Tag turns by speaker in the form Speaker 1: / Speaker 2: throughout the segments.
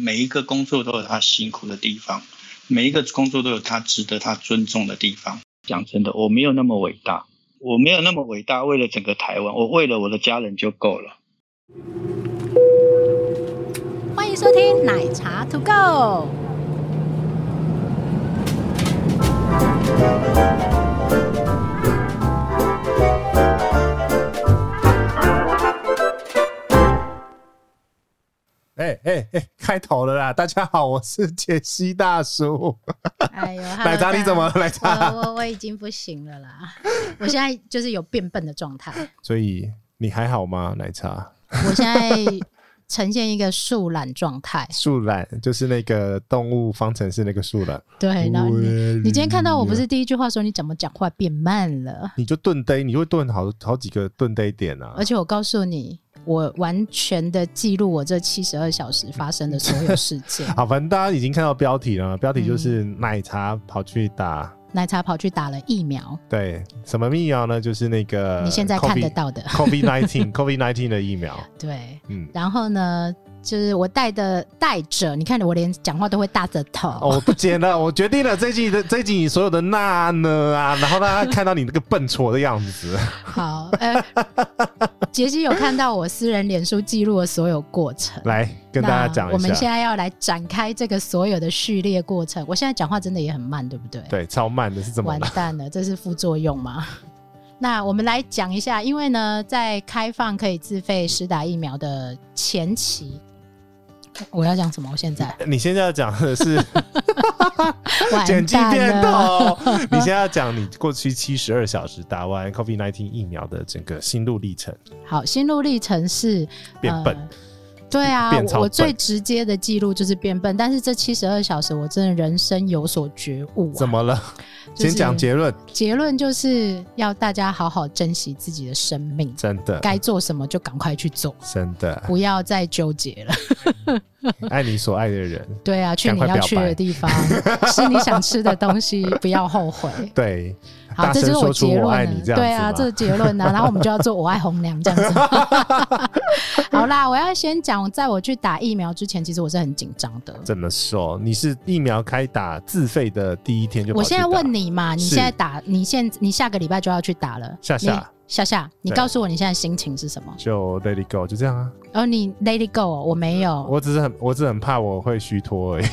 Speaker 1: 每一个工作都有它辛苦的地方，每一个工作都有它值得它尊重的地方。讲真的，我没有那么伟大，我没有那么伟大，为了整个台湾，我为了我的家人就够了。
Speaker 2: 欢迎收听奶茶 To Go。
Speaker 3: 哎哎哎，开头了啦！大家好，我是杰西大叔。
Speaker 2: 哎呦，
Speaker 3: 奶茶你怎么了？奶
Speaker 2: 我
Speaker 3: 茶？
Speaker 2: 我我已经不行了啦，我现在就是有变笨的状态，
Speaker 3: 所以你还好吗？奶茶？
Speaker 2: 我现在呈现一个树懒状 态。
Speaker 3: 树懒就是那个动物方程式那个树懒。
Speaker 2: 对，然后你
Speaker 3: 喂
Speaker 2: 你今天看到我不是第一句话说你怎么讲话变慢了，
Speaker 3: 你就顿呆，你会顿好好几个顿呆点啊。
Speaker 2: 而！且我告诉你，我完全的记录我这七十二小时发生的所有事件
Speaker 3: 好，反正大家已经看到标题了，标题就是奶茶跑去打。
Speaker 2: 奶茶跑去打了疫苗，
Speaker 3: 对，什么疫苗呢？就是那个
Speaker 2: 你现在看得到的
Speaker 3: COVID nineteen COVID nineteen 的疫苗。
Speaker 2: 对，
Speaker 3: 嗯，
Speaker 2: 然后呢，就是我带的带着，你看我连讲话都会大着头。
Speaker 3: 哦，我不剪了，我决定了这一集的这一集你所有的那呢啊，然后让大家看到你那个笨拙的样子。
Speaker 2: 好，呃， 杰西有看到我私人脸书记录的所有过程，
Speaker 3: 来跟大家讲
Speaker 2: 那我们
Speaker 3: 一
Speaker 2: 现
Speaker 3: 下，
Speaker 2: 在要来展开这个所有的序列过程。我现在讲话真的也很慢，对不对？
Speaker 3: 对，超慢的是怎么
Speaker 2: 完
Speaker 3: 了？
Speaker 2: 蛋了，这是副作用吗？那我们来讲一下，因为呢，在开放可以自费施打疫苗的前期，我要讲什么？我现在
Speaker 3: 你现在要讲的是
Speaker 2: 完
Speaker 3: 剪辑
Speaker 2: 蛋
Speaker 3: 电
Speaker 2: 了，
Speaker 3: 头，你现在要讲你过去七十二小时打完 COVID 1 9疫苗的整个心路历程，
Speaker 2: 好，心路历程是
Speaker 3: 变笨
Speaker 2: 呃对啊，
Speaker 3: 变超
Speaker 2: 我我
Speaker 3: 笨
Speaker 2: 最直接的记录就是变笨，但是这七十二小时我真的人生有所觉悟、啊。
Speaker 3: 怎么了？
Speaker 2: 就是
Speaker 3: 先讲结论，
Speaker 2: 结论就是要大家好好珍惜自己的生命，
Speaker 3: 真的，
Speaker 2: 该做什么就赶快去做，
Speaker 3: 真的，
Speaker 2: 不要再纠结了。
Speaker 3: 爱你所爱的人，
Speaker 2: 对啊，去
Speaker 3: 赶
Speaker 2: 你
Speaker 3: 快
Speaker 2: 要
Speaker 3: 表白
Speaker 2: 去的地方，吃你想吃的东 西，不要后悔。
Speaker 3: 对，
Speaker 2: 好，
Speaker 3: 大
Speaker 2: 这就
Speaker 3: 声
Speaker 2: 是
Speaker 3: 说出
Speaker 2: 结
Speaker 3: 我
Speaker 2: 论
Speaker 3: 爱
Speaker 2: 了。
Speaker 3: 你这样子
Speaker 2: 对啊，
Speaker 3: 嘛
Speaker 2: 这是结论 啊，然后我们就要做我爱红娘这样子。 好啦，我要先讲，在我去打疫苗之前，其实我是很紧张的。
Speaker 3: 怎么说？你是疫苗开打自费的第一天就，
Speaker 2: 我现在问，你嘛，你
Speaker 3: 是
Speaker 2: 现在打，你现你下个礼拜就要去打了，
Speaker 3: 夏夏
Speaker 2: 你夏夏，你
Speaker 3: 对
Speaker 2: 告诉我你现在心情是什么？
Speaker 3: 就 Let it go，就这样啊。
Speaker 2: 哦，你 Let it go，哦我没有，
Speaker 3: 我只是很，我只是很怕我会虚脱而已。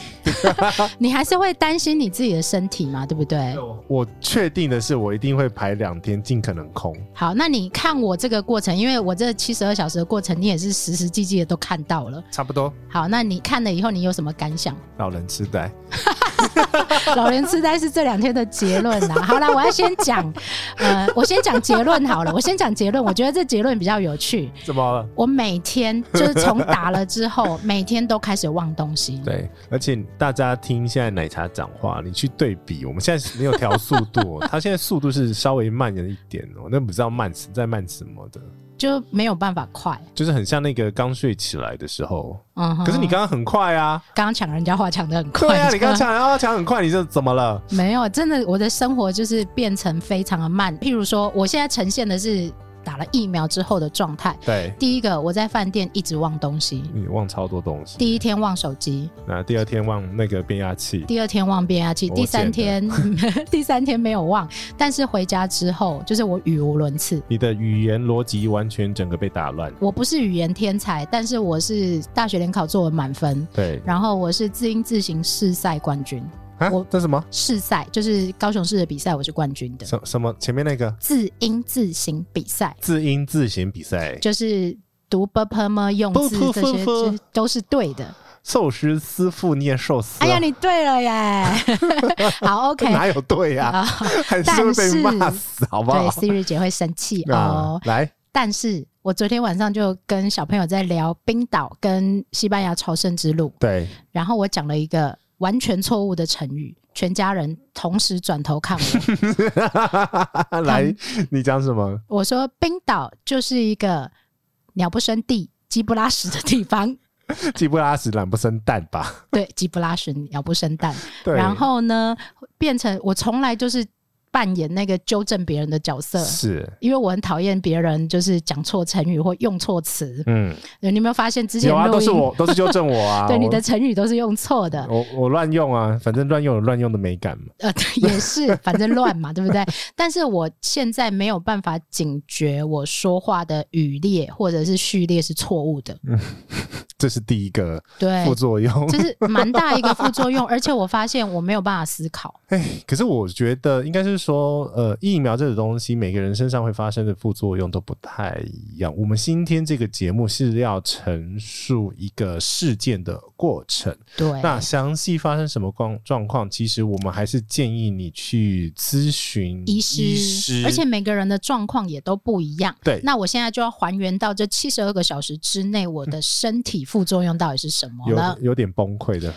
Speaker 2: 你还是会担心你自己的身体嘛，对不对？
Speaker 3: 我确定的是，我一定会排两天，尽可能空。
Speaker 2: 好，那你看我这个过程，因为我这七十二小时的过程，你也是实实际际的都看到了。
Speaker 3: 差不多，
Speaker 2: 好，那你看了以后，你有什么感想？
Speaker 3: 老人痴呆。
Speaker 2: 老人痴呆是这两天的结论啦。好啦，我要先讲，呃，我先讲结论好了。我先讲结论，我觉得这结论比较有趣。
Speaker 3: 怎么了？
Speaker 2: 我每天就是从打了之 后，每天都开始忘东西。
Speaker 3: 对，而且大家听现在奶茶讲话，你去对比，我们现在是没有调速度、 哦，他现在速度是稍微慢了一点哦，那不知道慢什在慢什么的，
Speaker 2: 就没有办法快。
Speaker 3: 就是很像那个刚睡起来的时候。
Speaker 2: 嗯哼，
Speaker 3: 可是你刚刚很快啊，
Speaker 2: 刚刚抢人家话抢的很快，
Speaker 3: 对啊，你刚刚抢，然后抢很快，你就怎么了？
Speaker 2: 没有，真的，我的生活就是变成非常的慢。譬如说，我现在呈现的是打了疫苗之后的状态。
Speaker 3: 对，
Speaker 2: 第一个，我在饭店一直忘东西，
Speaker 3: 你忘超多东西。
Speaker 2: 第一天忘手机，
Speaker 3: 那第二天忘那个变压器，
Speaker 2: 第二天忘变压器，
Speaker 3: 我
Speaker 2: 第三天 第三天没有忘，但是回家之后，就是我语无伦次。
Speaker 3: 你的语言逻辑完全整个被打乱。
Speaker 2: 我不是语言天才，但是我是大学联考作文满分，
Speaker 3: 对，
Speaker 2: 然后我是字音字形试赛冠军。
Speaker 3: 啊
Speaker 2: 我，
Speaker 3: 这什么？
Speaker 2: 试赛就是高雄市的比赛，我是冠军的。
Speaker 3: 什什么？前面那个
Speaker 2: 字音字形比赛
Speaker 3: 字音字形比赛，
Speaker 2: 就是读 b p m 用字
Speaker 3: 不不不
Speaker 2: 这些
Speaker 3: 不
Speaker 2: 这都是对的。
Speaker 3: 寿司师傅念寿司啊。
Speaker 2: 哎呀， 你对了耶！ 好，OK。
Speaker 3: 哪有对呀、
Speaker 2: 啊，
Speaker 3: 还是
Speaker 2: 但
Speaker 3: 会
Speaker 2: 是
Speaker 3: 被骂死，好不
Speaker 2: 对
Speaker 3: 好？
Speaker 2: ，Siri 姐会生气哦。
Speaker 3: 来，
Speaker 2: 但是我昨天晚上就跟小朋友在聊冰岛跟西班牙朝圣之路，
Speaker 3: 对，
Speaker 2: 然后我讲了一个完全错误的成语，全家人同时转头看 我，嗯
Speaker 3: 来，你讲什么？
Speaker 2: 我说冰岛就是一个鸟不生地、鸡不拉屎的地方。
Speaker 3: 鸡不拉屎，懒不生蛋吧？
Speaker 2: 对，鸡不拉屎，鸟不生蛋。
Speaker 3: 对，
Speaker 2: 然后呢，变成我从来就是扮演那个纠正别人的角色，
Speaker 3: 是，
Speaker 2: 因为我很讨厌别人就是讲错成语或用错词。
Speaker 3: 嗯，
Speaker 2: 你有没有发现之前
Speaker 3: 有啊，
Speaker 2: 录
Speaker 3: 都是
Speaker 2: 音，
Speaker 3: 我，都是纠正我 啊，
Speaker 2: 对你
Speaker 3: 我
Speaker 2: 的成语都是用错的？
Speaker 3: 我我乱用啊，反正乱用有乱用的美感嘛。
Speaker 2: 呃， 对也是，反正乱嘛，对不 对？但是我现在没有办法警觉我说话的语列或者是序列是错误的，
Speaker 3: 嗯这是第一个
Speaker 2: 对
Speaker 3: 副，作用。
Speaker 2: 这是蛮大一个副作用。而 且我发现我没有办法思考，
Speaker 3: 哎可是我觉得应该是说，呃，疫苗这种东西，每个人身上会发生的副作用都不太一样。我们今天这个节目是要陈述一个事件的过程，
Speaker 2: 对，
Speaker 3: 那详细发生什么状状况，其实我们还是建议你去咨询
Speaker 2: 遗失，
Speaker 3: 医师
Speaker 2: 而且每个人的状况也都不一样。
Speaker 3: 对
Speaker 2: 那我现在就要还原到这七十二个小时之内，我的身体副作用到底是什么呢
Speaker 3: 有？有点崩溃的，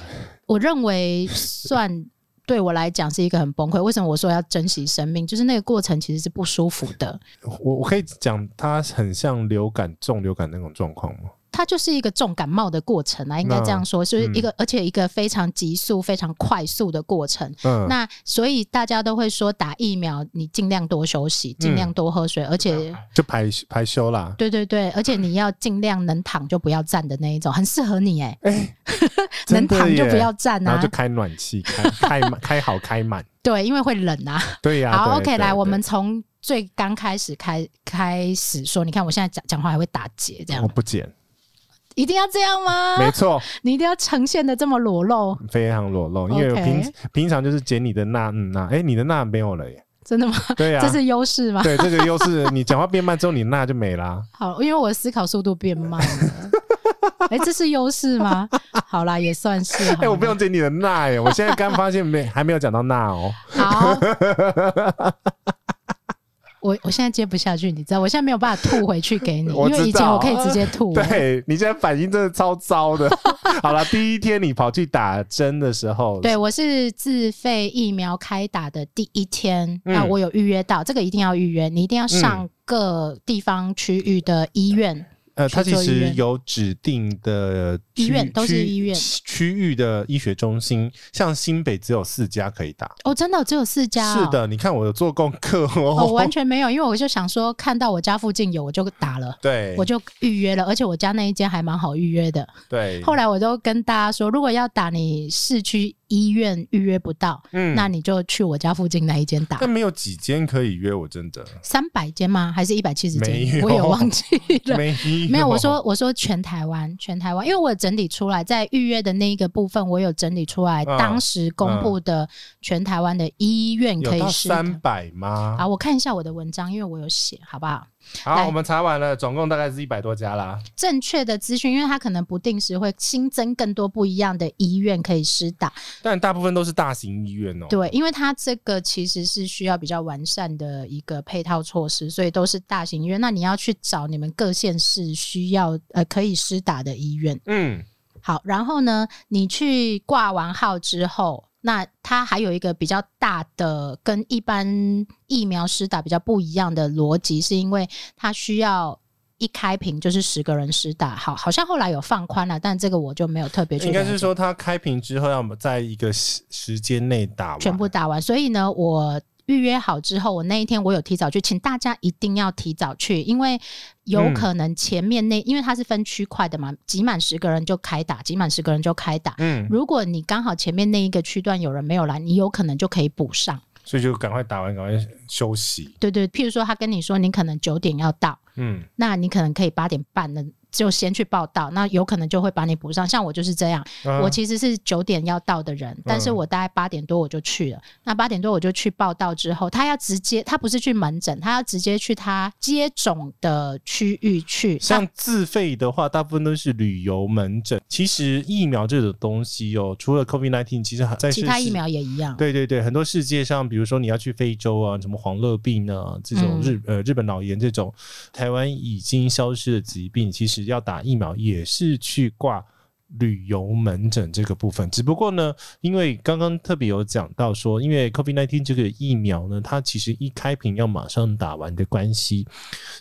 Speaker 2: 我认为算。对我来讲是一个很崩溃。为什么我说要珍惜生命？就是那个过程其实是不舒服的，
Speaker 3: 我我可以讲，它很像流感、重流感那种状况吗？
Speaker 2: 它就是一个重感冒的过程
Speaker 3: 嗯
Speaker 2: 啊，应该这样说，就是一个、而且一个非常急速、非常快速的过程。
Speaker 3: 嗯，
Speaker 2: 那所以大家都会说，打疫苗你尽量多休息，
Speaker 3: 嗯
Speaker 2: 尽量多喝水，而且
Speaker 3: 就排排休啦。
Speaker 2: 对对对，而且你要尽量能躺就不要站的那一种，很适合你哎、 能
Speaker 3: 真的
Speaker 2: 躺就
Speaker 3: 耶
Speaker 2: 不要站
Speaker 3: 然
Speaker 2: 啊
Speaker 3: 后就，开暖气，开开满开好开满，
Speaker 2: 对，因为会冷啊。
Speaker 3: 对呀、
Speaker 2: 好
Speaker 3: 对对
Speaker 2: ，OK，来，
Speaker 3: 对哦
Speaker 2: 我们从最刚开始开开始说，你看我现在讲讲话还会打结，这样、
Speaker 3: 我不剪，
Speaker 2: 一定要这样吗？
Speaker 3: 哦没 错，
Speaker 2: 你一定要呈现的这么裸露，
Speaker 3: 非常裸露，因为
Speaker 2: OK
Speaker 3: 平平常就是剪你的那嗯那，哎，你的那没有了耶，
Speaker 2: 真的吗？
Speaker 3: 对呀、
Speaker 2: 这是啊优势吗？
Speaker 3: 对这个优势，你讲话变慢之后，你那就没啦。
Speaker 2: 好，因为我思考速度变慢 了。哎、这是优势吗？好啦，也算是。
Speaker 3: 哎、我不用剪你的那耶，我现在刚发现 没还没有讲到那哦，
Speaker 2: 好。我我现在接不下去，你知道，我现在没有办法吐回去给你，
Speaker 3: 我
Speaker 2: 因为以
Speaker 3: 知道
Speaker 2: 前我可以直接吐。
Speaker 3: 对你现在反应真的超糟 的。好了，第一天你跑去打针的时候，
Speaker 2: 对，我是自费疫苗开打的第一天，
Speaker 3: 嗯
Speaker 2: 那我有预约到，这个一定要预约，你一定要上各地方区域的医院。
Speaker 3: 呃，它
Speaker 2: 去
Speaker 3: 其
Speaker 2: 做医
Speaker 3: 实
Speaker 2: 院
Speaker 3: 有指定的
Speaker 2: 医
Speaker 3: 区
Speaker 2: 院都是
Speaker 3: 区
Speaker 2: 医院
Speaker 3: 区域的医学中心，像新北只有四家可以打。
Speaker 2: 哦，真的只有四家、哦。
Speaker 3: 是。的，你看我有做功课
Speaker 2: 哦，我
Speaker 3: 哦。
Speaker 2: 完全没有，因为我就想说，看到我家附近有，我就打了。
Speaker 3: 对，
Speaker 2: 我就预约了，而且我家那一间还蛮好预约的。
Speaker 3: 对，
Speaker 2: 后来我都跟大家说，如果要打你市区医院预约不到，
Speaker 3: 嗯
Speaker 2: 那你就去我家附近那一间打
Speaker 3: 但。没有几间可以约，我真的
Speaker 2: 三百间吗？还是一百七十
Speaker 3: 没
Speaker 2: 间？
Speaker 3: 有
Speaker 2: 我也忘记了。
Speaker 3: 没
Speaker 2: 没有，
Speaker 3: 有。
Speaker 2: 我说我说全台湾，全台湾，因为我有整理出来，在预约的那一个部分，我有整理出来，
Speaker 3: 嗯
Speaker 2: 当时公布的全台湾的医院可
Speaker 3: 有
Speaker 2: 以
Speaker 3: 到
Speaker 2: 是
Speaker 3: 三百吗？
Speaker 2: 啊，我看一下我的文章，因为我有写，好不好？
Speaker 3: 好，
Speaker 2: 来
Speaker 3: 我们查完了，总共大概是一百多家啦。
Speaker 2: 正确的资讯，因为它可能不定时会新增更多不一样的医院可以施打，
Speaker 3: 但大部分都是大型医院哦。
Speaker 2: 对，因为它这个其实是需要比较完善的一个配套措施，所以都是大型医院。那你要去找你们各县市需要呃可以施打的医院。
Speaker 3: 嗯，
Speaker 2: 好，然后呢，你去挂完号之后，那它还有一个比较大的跟一般疫苗施打比较不一样的逻辑，是因为它需要。一开屏就是十个人施打，好，好像后来有放宽了，但这个我就没有特别去了
Speaker 3: 应
Speaker 2: 解。
Speaker 3: 该是说它开屏之后，要么在一个时时间内打完。
Speaker 2: 全部打完。所以呢，我预约好之后，我那一天我有提早去，请大家一定要提早去，因为
Speaker 3: 嗯
Speaker 2: 有可能前面那，因为它是分区块的嘛，挤满十个人就开打，挤满十个人就开打。
Speaker 3: 嗯，
Speaker 2: 如果你刚好前面那一个区段有人没有来，你有可能就可以补上。
Speaker 3: 所以就赶快打完，赶快休息。
Speaker 2: 对对，譬如说他跟你说你可能九点要到，
Speaker 3: 嗯，
Speaker 2: 那你可能可以八点半呢就先去报到，那有可能就会把你补上。像我就是这样，
Speaker 3: 啊
Speaker 2: 我其实是九点要到的
Speaker 3: 嗯
Speaker 2: 人，但是我大概八点多我就去了。那八点多我就去报到之后，他要直接，他不是去门诊，他要直接去他接种的区域去。
Speaker 3: 像自费的话，大部分都是旅游门诊。其实疫苗这种东西哦，除了 COVID nineteen，其实还在
Speaker 2: 那其他
Speaker 3: 世
Speaker 2: 疫。苗也一样。
Speaker 3: 对对对，很多世界上，比如说你要去非洲啊，什么黄热病啊，这
Speaker 2: 嗯
Speaker 3: 种日、呃日本脑炎这种台湾已经消失的疾病，其实要打疫苗也是去挂旅游门诊这个部分。只不过呢，因为刚刚特别有讲到说，因为 COVID nineteen 这个疫苗呢，它其实一开瓶要马上打完的关系，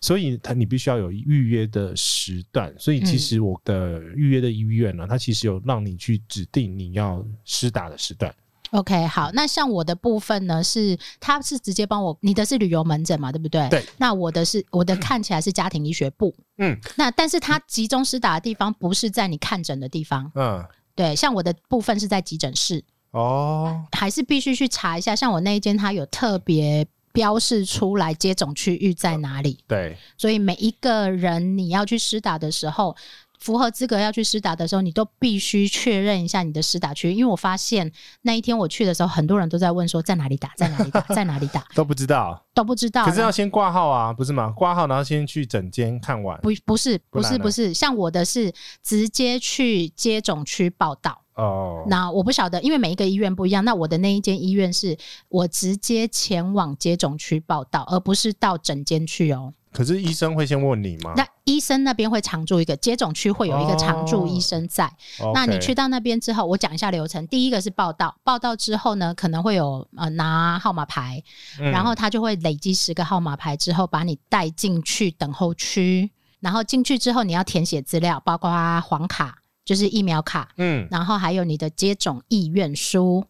Speaker 3: 所以它你必须要有预约的时段。所以其实啊我的预约的医院呢、它其实有让你去指定你要施打的时段。
Speaker 2: OK，好，那像我的部分呢，是他是直接帮我，你的是旅游门诊嘛，对不对？
Speaker 3: 对。
Speaker 2: 那我的是我的看起来是家庭医学部，
Speaker 3: 嗯
Speaker 2: 那但是他集中施打的地方不是在你看诊的地方，
Speaker 3: 嗯，
Speaker 2: 对，像我的部分是在急诊室，
Speaker 3: 哦，
Speaker 2: 还是必须去查一下。像我那一间，它有特别标示出来接种区域
Speaker 3: 嗯
Speaker 2: 在哪里，
Speaker 3: 对，
Speaker 2: 所以每一个人你要去施打的时候，符合资格要去施打的时候，你都必须确认一下你的施打区。因为我发现那一天我去的时候，很多人都在问说在哪里打，在哪 里打，在哪里打，
Speaker 3: 都不知道，
Speaker 2: 都不知道。
Speaker 3: 可是
Speaker 2: 然
Speaker 3: 要
Speaker 2: 后
Speaker 3: 先挂号啊，不是吗？挂号，然后先去诊间看完。
Speaker 2: 不不是
Speaker 3: 不
Speaker 2: 不
Speaker 3: 啊然
Speaker 2: 是
Speaker 3: 呢
Speaker 2: 不是，像我的是直接去接种区报道。
Speaker 3: 哦，
Speaker 2: 那我不晓得，因为每一个医院不一样。那我的那一间医院是我直接前往接种区报到，而不是到诊间去哦。
Speaker 3: 可是医生会先问你吗？
Speaker 2: 那医生那边会常驻一个接种区，会有一个常
Speaker 3: 哦
Speaker 2: 驻医生在。那你
Speaker 3: OK
Speaker 2: 去到那边之后，我讲一下流程。第一个是报到，报到之后呢，可能会有呃拿号码牌，
Speaker 3: 嗯
Speaker 2: 然后他就会累积十个号码牌之后，把你带进去等候区。然后进去之后，你要填写资料，包括黄卡，就是疫苗卡，
Speaker 3: 嗯
Speaker 2: 然后还有你的接种意愿书，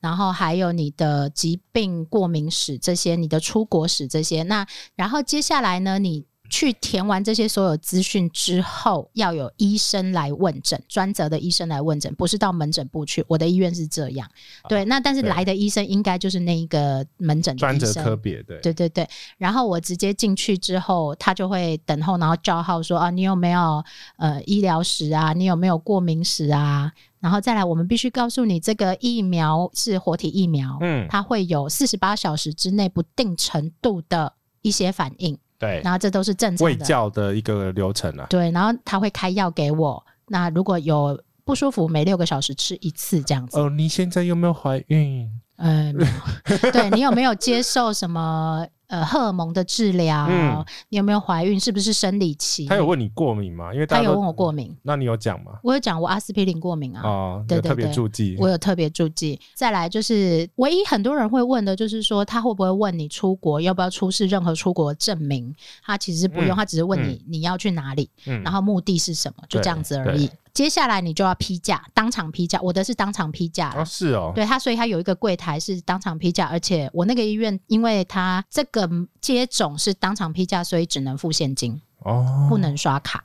Speaker 2: 然后还有你的疾病过敏史这些，你的出国史这些。那然后接下来呢，你去填完这些所有资讯之后，要有医生来问诊，专责的医生来问诊，不是到门诊部去。我的医院是这样，对。那但是
Speaker 3: 啊对
Speaker 2: 来的医生应该就是那一个门诊的
Speaker 3: 专
Speaker 2: 医
Speaker 3: 责
Speaker 2: 生，
Speaker 3: 科别对
Speaker 2: 对对对，然后我直接进去之后，他就会等候，然后叫号说啊，你有没有呃医疗史啊？你有没有过敏史啊？然后再来，我们必须告诉你，这个疫苗是活体疫苗，
Speaker 3: 嗯
Speaker 2: 它会有四十八小时之内不定程度的一些反应，
Speaker 3: 对，
Speaker 2: 然后这都是正
Speaker 3: 卫
Speaker 2: 常的。
Speaker 3: 教的一个流程啊。
Speaker 2: 对，然后他会开药给我。那如果有不舒服，每六个小时吃一次这样子。
Speaker 3: 哦，你现在有没有怀孕？
Speaker 2: 嗯，没有 对你有没有接受什么呃荷尔蒙的治疗？
Speaker 3: 嗯
Speaker 2: 你有没有怀孕？是不是生理期？
Speaker 3: 他有问你过敏吗？因为大
Speaker 2: 他
Speaker 3: 家
Speaker 2: 有
Speaker 3: 都
Speaker 2: 问我过，敏，
Speaker 3: 那你有讲吗？
Speaker 2: 我有讲我阿司匹林过敏啊，
Speaker 3: 哦，
Speaker 2: 对
Speaker 3: 有
Speaker 2: 对
Speaker 3: 特别
Speaker 2: 对
Speaker 3: 注记。
Speaker 2: 我有特别注记。再来就是，唯一很多人会问的就是说，他会不会问你出国要不要出示任何出国证明？他其实不用，
Speaker 3: 嗯
Speaker 2: 他只是问你、你要去哪里，
Speaker 3: 嗯
Speaker 2: 然后目的是什么，就
Speaker 3: 对
Speaker 2: 这样子而已。接下来你就要批假，当场批假，我的是当场批假啦
Speaker 3: 哦是哦，
Speaker 2: 对他，所以他有一个柜台是当场批假，而且我那个医院，因为他这个接种是当场批假，所以只能付现金，
Speaker 3: 哦，
Speaker 2: 不能刷卡。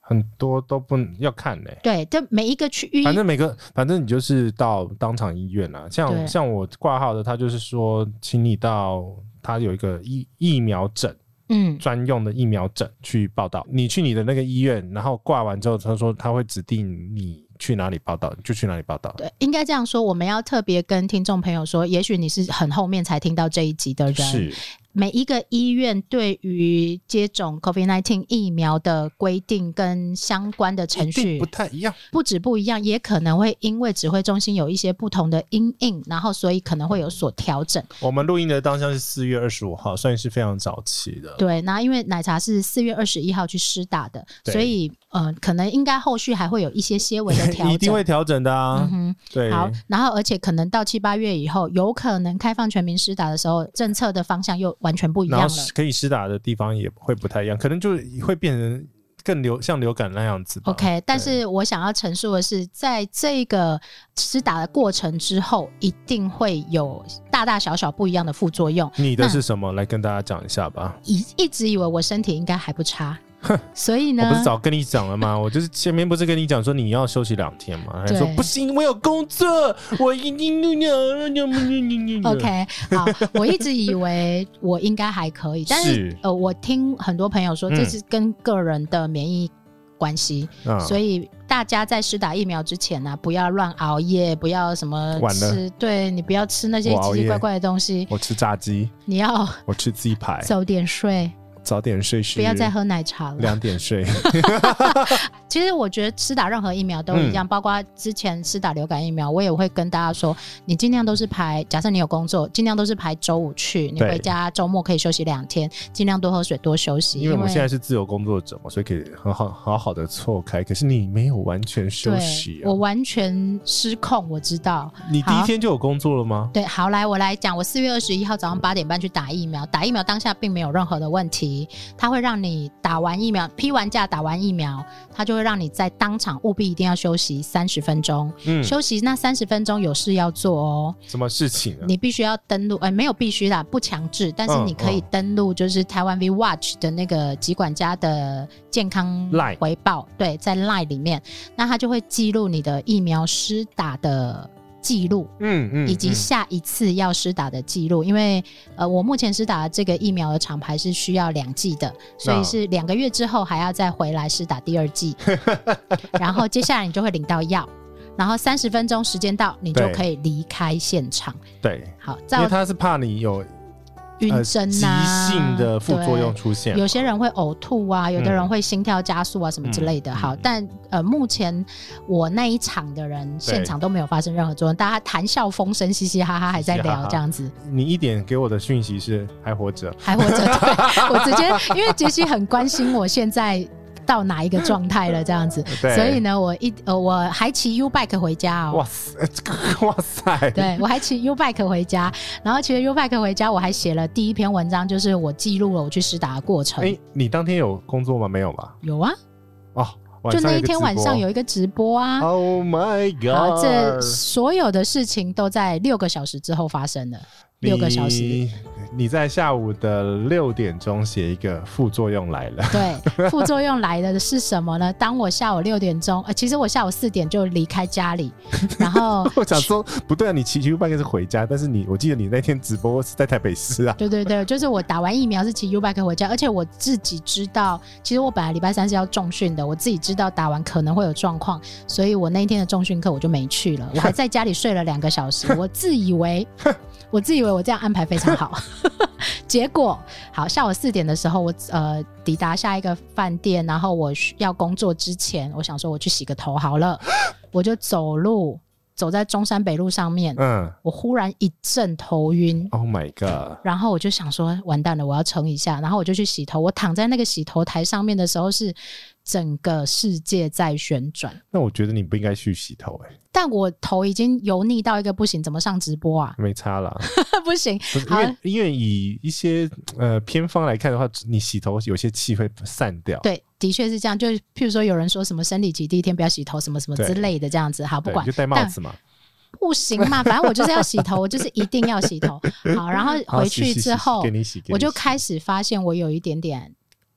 Speaker 3: 很多都不能要看嘞、
Speaker 2: 对，这每一个区域
Speaker 3: 反正每个，反正你就是到当场医院啦。像
Speaker 2: 对
Speaker 3: 像我挂号的，他就是说，请你到他有一个疫疫苗诊
Speaker 2: 嗯，
Speaker 3: 专用的疫苗诊去报道。你去你的那个医院，然后挂完之后，他说他会指定你去哪里报道，你就去哪里报道。
Speaker 2: 对，应该这样说，我们要特别跟听众朋友说，也许你是很后面才听到这一集的人，
Speaker 3: 是，
Speaker 2: 每一个医院对于接种 COVID-19 疫苗的规定跟相关的程
Speaker 3: 一定
Speaker 2: 序
Speaker 3: 不太一样。
Speaker 2: 不止不一样，也可能会因为指挥中心有一些不同的因应，然后所以可能会有所调整。
Speaker 3: 我们录音的当下是四月二十五号，算是非常早期的。
Speaker 2: 对，那因为奶茶是四月二十一号去施打的，
Speaker 3: 对
Speaker 2: 所以呃，可能应该后续还会有一些些微 的调整。
Speaker 3: 一定会调整的啊。
Speaker 2: 嗯
Speaker 3: 对
Speaker 2: 哼，，好，然后而且可能到七八月以后，有可能开放全民施打的时候，政策的方向又完全不一样
Speaker 3: 然
Speaker 2: 了
Speaker 3: 后。可以施打的地方也会不太一样，可能就会变成更流像流感那样子吧。
Speaker 2: OK，但是我想要陈述的是，在这个施打的过程之后，一定会有大大小小不一样的副作用。
Speaker 3: 你的是什么？来跟大家讲一下吧。
Speaker 2: 一一直以为我身体应该还不差，所以
Speaker 3: 我
Speaker 2: 呢
Speaker 3: 不，是早跟你讲了吗？ 我就是前面不是跟你讲说你要休息两天吗？还
Speaker 2: 对
Speaker 3: 说不行，我有工作，我一定啊嗯
Speaker 2: OK，好，我一直以为我应该还可以，但是
Speaker 3: 是
Speaker 2: 呃，我听很多朋友说，
Speaker 3: 嗯
Speaker 2: 这是跟个人的免疫关系，
Speaker 3: 嗯
Speaker 2: 所以大家在施打疫苗之前呢、不要乱熬夜，不要什么
Speaker 3: 晚了
Speaker 2: 吃，对你不要吃那些
Speaker 3: 我熬
Speaker 2: 奇奇
Speaker 3: 夜
Speaker 2: 怪怪的东西，
Speaker 3: 我吃炸鸡，
Speaker 2: 你要
Speaker 3: 我吃鸡排，
Speaker 2: 早点睡，
Speaker 3: 早点睡是
Speaker 2: 不要再喝奶茶了。
Speaker 3: 两 点睡。
Speaker 2: 其实我觉得施打任何疫苗都一样，
Speaker 3: 嗯
Speaker 2: 包括之前施打流感疫苗，我也会跟大家说，你尽量都是排，假设你有工作，尽量都是排周五去，你
Speaker 3: 对
Speaker 2: 回家周末可以休息两天，尽量多喝水，多休息，
Speaker 3: 因为我们现在是自由工作者嘛，所以可以很好好好的错开。可是你没有完全休息
Speaker 2: 对，
Speaker 3: 啊
Speaker 2: 我！完全失控，我知道。
Speaker 3: 你第一
Speaker 2: 好
Speaker 3: 天就有工作了吗？
Speaker 2: 对，好，来我来讲，我四月二十一号早上八点半去打疫苗，打疫苗当下并没有任何的问题，期，它会让你打完疫苗、批完假、打完疫苗，它就会让你在当场务必一定要休息三十分钟。
Speaker 3: 嗯，
Speaker 2: 休息那三十分钟有事要做哦，
Speaker 3: 什么事情啊？
Speaker 2: 你必须要登录，哎、没有必须啦，不强制，但是
Speaker 3: 嗯
Speaker 2: 你可以
Speaker 3: 嗯
Speaker 2: 登录，就是台湾 V Watch 的那个疾管家的健康
Speaker 3: Line
Speaker 2: 回报，对，在 Line 里面，那它就会记录你的疫苗施打的记录，
Speaker 3: 嗯嗯，
Speaker 2: 以及
Speaker 3: 嗯
Speaker 2: 下一次要施打的记录，因为呃，我目前施打的这个疫苗的厂牌是需要两剂的，所以
Speaker 3: 那
Speaker 2: 是两个月之后还要再回来施打第二 剂，然后接下来你就会领到药，然后三十分钟时间到，你就
Speaker 3: 对
Speaker 2: 可以离开现场。
Speaker 3: 对，
Speaker 2: 好，
Speaker 3: 因为
Speaker 2: 在
Speaker 3: 他是怕你有
Speaker 2: 晕
Speaker 3: 呃
Speaker 2: 针
Speaker 3: 急
Speaker 2: 啊，
Speaker 3: 性的副作用
Speaker 2: 对。
Speaker 3: 出现，
Speaker 2: 有些人会呕吐啊，有的人会心跳加速啊，什么之类的。
Speaker 3: 嗯
Speaker 2: 好，
Speaker 3: 嗯
Speaker 2: 但呃，目前我那一场的人现场都没有发生任何作用，大家谈笑风生，嘻嘻哈哈，还在
Speaker 3: 嘻嘻哈哈
Speaker 2: 聊这样子。
Speaker 3: 你一点给我的讯息是还活着，
Speaker 2: 还活着。 对我直接因为杰西很关心我现在到哪一个状态了，这样子，
Speaker 3: 对，
Speaker 2: 所以呢，我一呃我还骑 U bike 回家哦。
Speaker 3: 哇塞，这个哇塞，
Speaker 2: 对，我还骑 U bike 回家，然后骑了 U bike 回家，我还写了第一篇文章，就是我记录了我去实打的过程。
Speaker 3: 哎，你当天有工作吗？没有吧？
Speaker 2: 有啊，
Speaker 3: 哦，
Speaker 2: 就
Speaker 3: 晚上
Speaker 2: 那
Speaker 3: 有
Speaker 2: 一
Speaker 3: 个
Speaker 2: 天
Speaker 3: 直
Speaker 2: 晚上
Speaker 3: 播
Speaker 2: 有一个直播啊。
Speaker 3: ，Oh my
Speaker 2: 好，
Speaker 3: God，
Speaker 2: 这所有的事情都在六个小时之后发生的，六个小时。
Speaker 3: 你你在下午的六点钟写一个副作用来了，
Speaker 2: 对，副作用来的是什么呢？当我下午六点钟，呃，其实我下午四点就离开家里，然后
Speaker 3: 我想说不对啊，你骑 U 半个是回家，但是你我记得你那天直播是在台北市啊，
Speaker 2: 对对对，就是我打完疫苗是骑 U bike 回家，而且我自己知道，其实我本来礼拜三是要重训的，我自己知道打完可能会有状况，所以我那一天的重训课我就没去了，我还在家里睡了两个小时，我自以为我自以为我这样安排非常好，结果好下午四点的时候我呃抵达下一个饭店，然后我需要工作之前，我想说我去洗个头好了，我就走路走在中山北路上面，
Speaker 3: 嗯
Speaker 2: 我忽然一阵头晕。
Speaker 3: ，Oh my God，
Speaker 2: 然后我就想说，完蛋了，我要撑一下。然后我就去洗头。我躺在那个洗头台上面的时候，是整个世界在旋转，
Speaker 3: 那我觉得你不应该去洗头哎、
Speaker 2: 但我头已经油腻到一个不行，怎么上直播啊？
Speaker 3: 没差啦，
Speaker 2: 不行，
Speaker 3: 不是因
Speaker 2: 好啊
Speaker 3: 为因为以一些呃偏方来看的话，你洗头有些气会散掉，
Speaker 2: 对，的确是这样。就是譬如说，有人说什么生理期第一天不要洗头，什么什么之
Speaker 3: 对
Speaker 2: 类的，这样子。好，不
Speaker 3: 对，
Speaker 2: 管
Speaker 3: 你就戴帽子嘛，
Speaker 2: 不行 嘛，反正我就是要洗头，我 就是一定要洗头。好，然后
Speaker 3: 好
Speaker 2: 回
Speaker 3: 洗
Speaker 2: 去
Speaker 3: 洗
Speaker 2: 之
Speaker 3: 洗
Speaker 2: 后
Speaker 3: 给，你洗，给
Speaker 2: 我
Speaker 3: 你
Speaker 2: 就
Speaker 3: 洗
Speaker 2: 开始发现我有一点点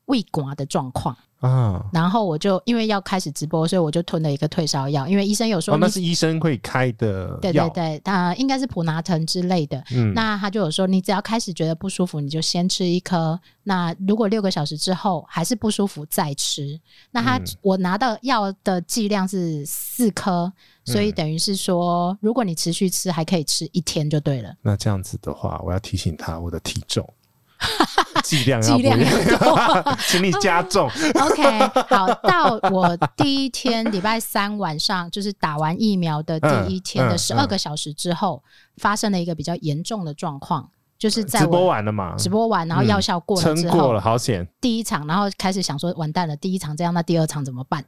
Speaker 2: 胃刮的状况。
Speaker 3: 啊。
Speaker 2: 然后我就因为要开始直播，所以我就吞了一个退烧药，因为医生有说
Speaker 3: 哦，
Speaker 2: 你、
Speaker 3: 那是医生会开的
Speaker 2: 对
Speaker 3: 药
Speaker 2: 对，对，呃，应该是普拿疼之类的。
Speaker 3: 嗯，
Speaker 2: 那他就有说，你只要开始觉得不舒服，你就先吃一颗。那如果六个小时之后还是不舒服，再吃。那他、
Speaker 3: 嗯
Speaker 2: 我拿到药的剂量是四颗，所以
Speaker 3: 嗯
Speaker 2: 等于是说，如果你持续吃，还可以吃一天就对了。
Speaker 3: 那这样子的话，我要提醒他我的体重 剂量
Speaker 2: 剂
Speaker 3: 哎要不
Speaker 2: 量要
Speaker 3: 要， 请你加 重。
Speaker 2: OK，好，到我第一天礼拜三晚上，就是打完疫苗的第一天
Speaker 3: 嗯
Speaker 2: 的
Speaker 3: 嗯
Speaker 2: 十二个小时之后，发生了一个比较严重的状况，就是在
Speaker 3: 直播
Speaker 2: 我
Speaker 3: 完了嘛？
Speaker 2: 直播完，然后药效过了
Speaker 3: 撑
Speaker 2: 之
Speaker 3: 过
Speaker 2: 后，
Speaker 3: 了，好险！
Speaker 2: 第一场，然后开始想说完蛋了，第一场这样，那第二场怎么 办？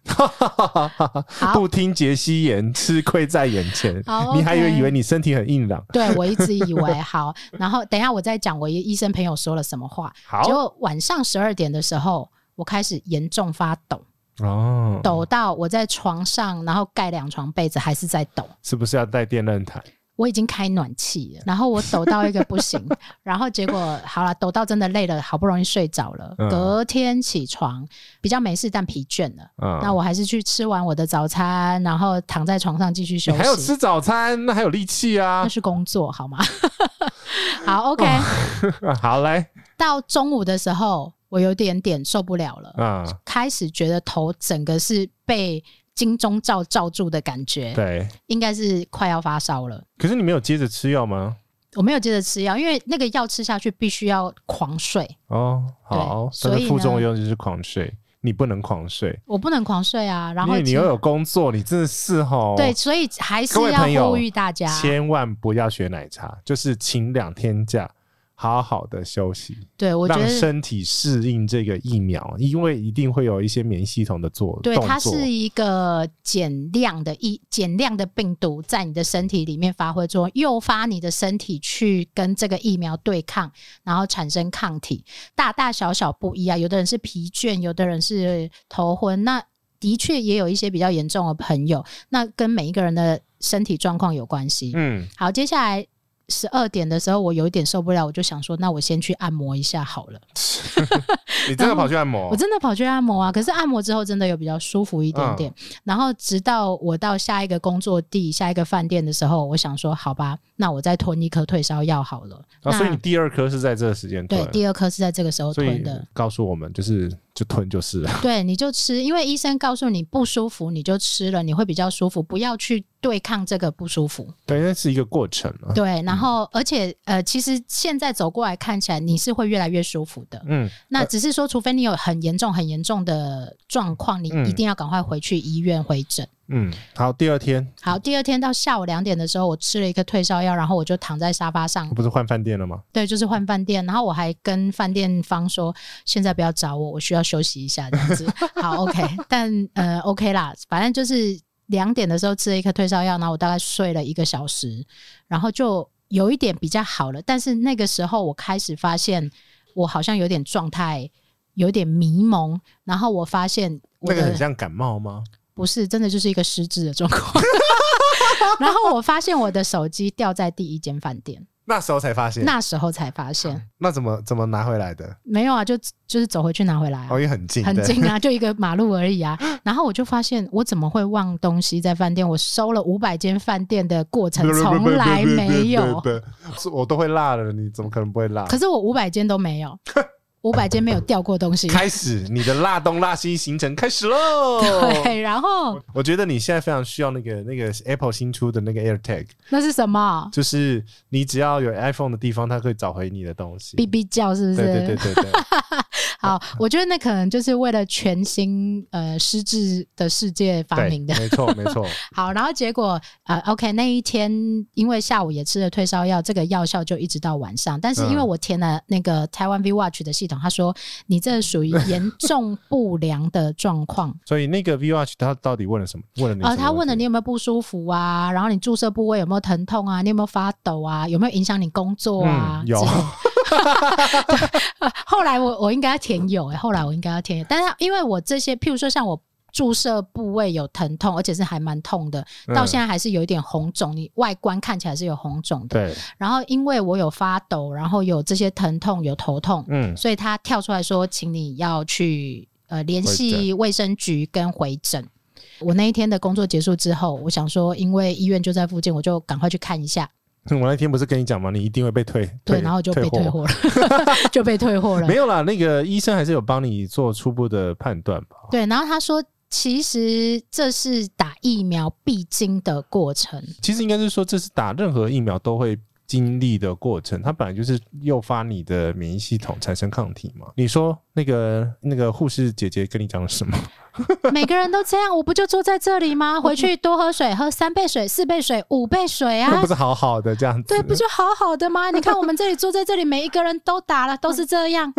Speaker 2: 好
Speaker 3: 不听杰西言，吃亏在眼前
Speaker 2: 好。
Speaker 3: 你还以为
Speaker 2: OK
Speaker 3: 以为你身体很硬朗？
Speaker 2: 对我一直以为好，然后等一下我再讲我一医生朋友说了什么话。
Speaker 3: 好
Speaker 2: 结果晚上十二点的时候，我开始严重发抖，
Speaker 3: 哦，
Speaker 2: 抖到我在床上，然后盖两床被子还是在抖。
Speaker 3: 是不是要带电热毯？
Speaker 2: 我已经开暖气了，然后我抖到一个不 行，然后结果好了，抖到真的累了，好不容易睡着了，
Speaker 3: 嗯
Speaker 2: 隔天起床比较没事，但疲倦了。
Speaker 3: 啊，
Speaker 2: 那我还是去吃完我的早餐，然后躺在床上继续休
Speaker 3: 你
Speaker 2: 息。
Speaker 3: 还有吃啊早餐，那还有力气啊
Speaker 2: 那！是工作好吗？好，OK。
Speaker 3: 好来
Speaker 2: 到中午的时候，我有点点受不了了，
Speaker 3: 啊，
Speaker 2: 开始觉得头整个是被金钟罩罩住的感觉，
Speaker 3: 对。
Speaker 2: 应该是快要发烧了。
Speaker 3: 可是你没有接着吃药吗？
Speaker 2: 我没有接着吃药，因为那个药吃下去必须要狂睡，
Speaker 3: 哦，好，
Speaker 2: 对
Speaker 3: 但
Speaker 2: 所以
Speaker 3: 是
Speaker 2: 呢
Speaker 3: 副作用就是狂睡，你不能狂睡，
Speaker 2: 我不能狂睡啊。然
Speaker 3: 因
Speaker 2: 后
Speaker 3: 为你
Speaker 2: 其
Speaker 3: 又有工作，你真的是吼。
Speaker 2: 对，啊所以还是
Speaker 3: 各位朋
Speaker 2: 要
Speaker 3: 友
Speaker 2: 呼吁大家，
Speaker 3: 千万不要学奶茶，就是请两天假，好好的休息，
Speaker 2: 对我觉
Speaker 3: 让
Speaker 2: 得。
Speaker 3: 身体适应这个疫苗，因为一定会有一些免疫系统的做
Speaker 2: 对，
Speaker 3: 动
Speaker 2: 它
Speaker 3: 作。
Speaker 2: 是一个减量的一减量的病毒在你的身体里面发挥作用，诱发你的身体去跟这个疫苗对抗，然后产生抗体。大大小小不一啊，有的人是疲倦，有的人是头昏。那的确也有一些比较严重的朋友，那跟每一个人的身体状况有关系。
Speaker 3: 嗯，
Speaker 2: 好，接下来十二点的时候，我有一点受不了，我就想说，那我先去按摩一下好了。
Speaker 3: 你真的跑去按摩
Speaker 2: 我？真的跑去按摩啊，可是按摩之后真的有比较舒服一点点。
Speaker 3: 嗯
Speaker 2: 然后直到我到下一个工作地、下一个饭店的时候，我想说，好吧，那我再吞一颗退烧药好了。
Speaker 3: 啊，所以
Speaker 2: 那
Speaker 3: 你第二颗是在这个时间
Speaker 2: 对
Speaker 3: 吞，，
Speaker 2: 第二颗是在这个时候
Speaker 3: 所
Speaker 2: 吞
Speaker 3: 以
Speaker 2: 的。
Speaker 3: 告诉我们就是就吞就是了。
Speaker 2: 对，你就吃，因为医生告诉你不舒服，你就吃了，你会比较舒服，不要去对抗这个不舒服。
Speaker 3: 对，那是一个过程啊。
Speaker 2: 对，然后而且呃，其实现在走过来看起来，你是会越来越舒服的。
Speaker 3: 嗯，
Speaker 2: 那只是说，除非你有很严重、很严重的状况，你
Speaker 3: 嗯
Speaker 2: 一定要赶快回去医院回诊。
Speaker 3: 嗯，好，第二天
Speaker 2: 好，第二天到下午两点的时候，我吃了一个退烧药，然后我就躺在沙发上，
Speaker 3: 不是换饭店了吗？
Speaker 2: 对，就是换饭店。然后我还跟饭店方说，现在不要找我，我需要休息一下这样 子。好，OK，但呃，OK 啦，反正就是两点的时候吃了一颗退烧药，然后我大概睡了一个小时，然后就有一点比较好了。但是那个时候我开始发现，我好像有点状态有点迷蒙，然后我发现我
Speaker 3: 那
Speaker 2: 的
Speaker 3: 个很像感冒吗？
Speaker 2: 不是，真的就是一个失智的状况。 然后我发现我的手机掉在第一间饭店，
Speaker 3: 那时候才发现，
Speaker 2: 那时候才发现
Speaker 3: 那怎么怎么拿回来的？
Speaker 2: 没有啊，就就是走回去拿回来、啊
Speaker 3: 哦，，也很近，
Speaker 2: 很
Speaker 3: 对
Speaker 2: 近 啊，就一个马路而已啊。然后我就发现我怎么会忘东西在饭店？我搜了五百间饭店的过程从来没有，
Speaker 3: 对，是 我都会辣了，你怎么可能不会辣？
Speaker 2: 可是我五百间都没 有，五百间没有掉过东西。
Speaker 3: 开始，你的辣东辣西行程开始喽！
Speaker 2: 对，然后
Speaker 3: 我觉得你现在非常需要那个那个 Apple 新出的那个 AirTag，
Speaker 2: 那是什 么
Speaker 3: 就是你只要有 iPhone 的地方，它可以找回你的东西。
Speaker 2: ？B B 叫是不是？
Speaker 3: 对对对对对，
Speaker 2: 好，我觉得那可能就是为了全新呃失智的世界发明的
Speaker 3: 对。没错没 错。
Speaker 2: 好，然后结果呃，OK，那一天因为下午也吃了退烧药，这个药效就一直到晚上。但是因为
Speaker 3: 嗯
Speaker 2: 我填了那个台湾 V Watch 的系统，他说你这属于严重不良的状 况。
Speaker 3: 所以那个 V Watch 它到底问了什么？问了你什么
Speaker 2: 呃，
Speaker 3: 问题？
Speaker 2: 他问了你有没有不舒服啊，然后你注射部位有没有疼痛啊，你有没有发抖啊，有没有影响你工作啊？
Speaker 3: 嗯有
Speaker 2: 之类 的对后来我我应该要填有、欸，后来我应该要填有，但是因为我这些，譬如说像我。注射部位有疼痛，而且是还蛮痛的，到
Speaker 3: 嗯
Speaker 2: 现在还是有一点红肿。你外观看起来是有红肿的，
Speaker 3: 对，
Speaker 2: 然后因为我有发抖，然后有这些疼痛，有头痛，
Speaker 3: 嗯，
Speaker 2: 所以他跳出来说，请你要去呃联
Speaker 3: 回
Speaker 2: 系卫生局跟回诊。我那一天的工作结束之后，我想说，因为医院就在附近，我就赶快去看一下。
Speaker 3: 我那天不是跟你讲吗？你一定会被退，
Speaker 2: 对，
Speaker 3: 退
Speaker 2: 然后就被退
Speaker 3: 退。
Speaker 2: 货了， 就被退货了
Speaker 3: 没。有啦，那个医生还是有帮你做初步的判断吧。
Speaker 2: 对，然后他说，其实这是打疫苗必经的过程。
Speaker 3: 其实应该是说，这是打任何疫苗都会经历的过程，它本来就是诱发你的免疫系统产生抗体嘛。你说那个那个护士姐姐跟你讲了什么？
Speaker 2: 每个人都这样，我不就坐在这里吗？回去多喝水，喝三倍水、四倍水、五倍水
Speaker 3: 那
Speaker 2: 啊
Speaker 3: 不！是好好的这样子？
Speaker 2: 对，不就好好的吗？你看我们这里坐在这里，每一个人都打了，都 是这样。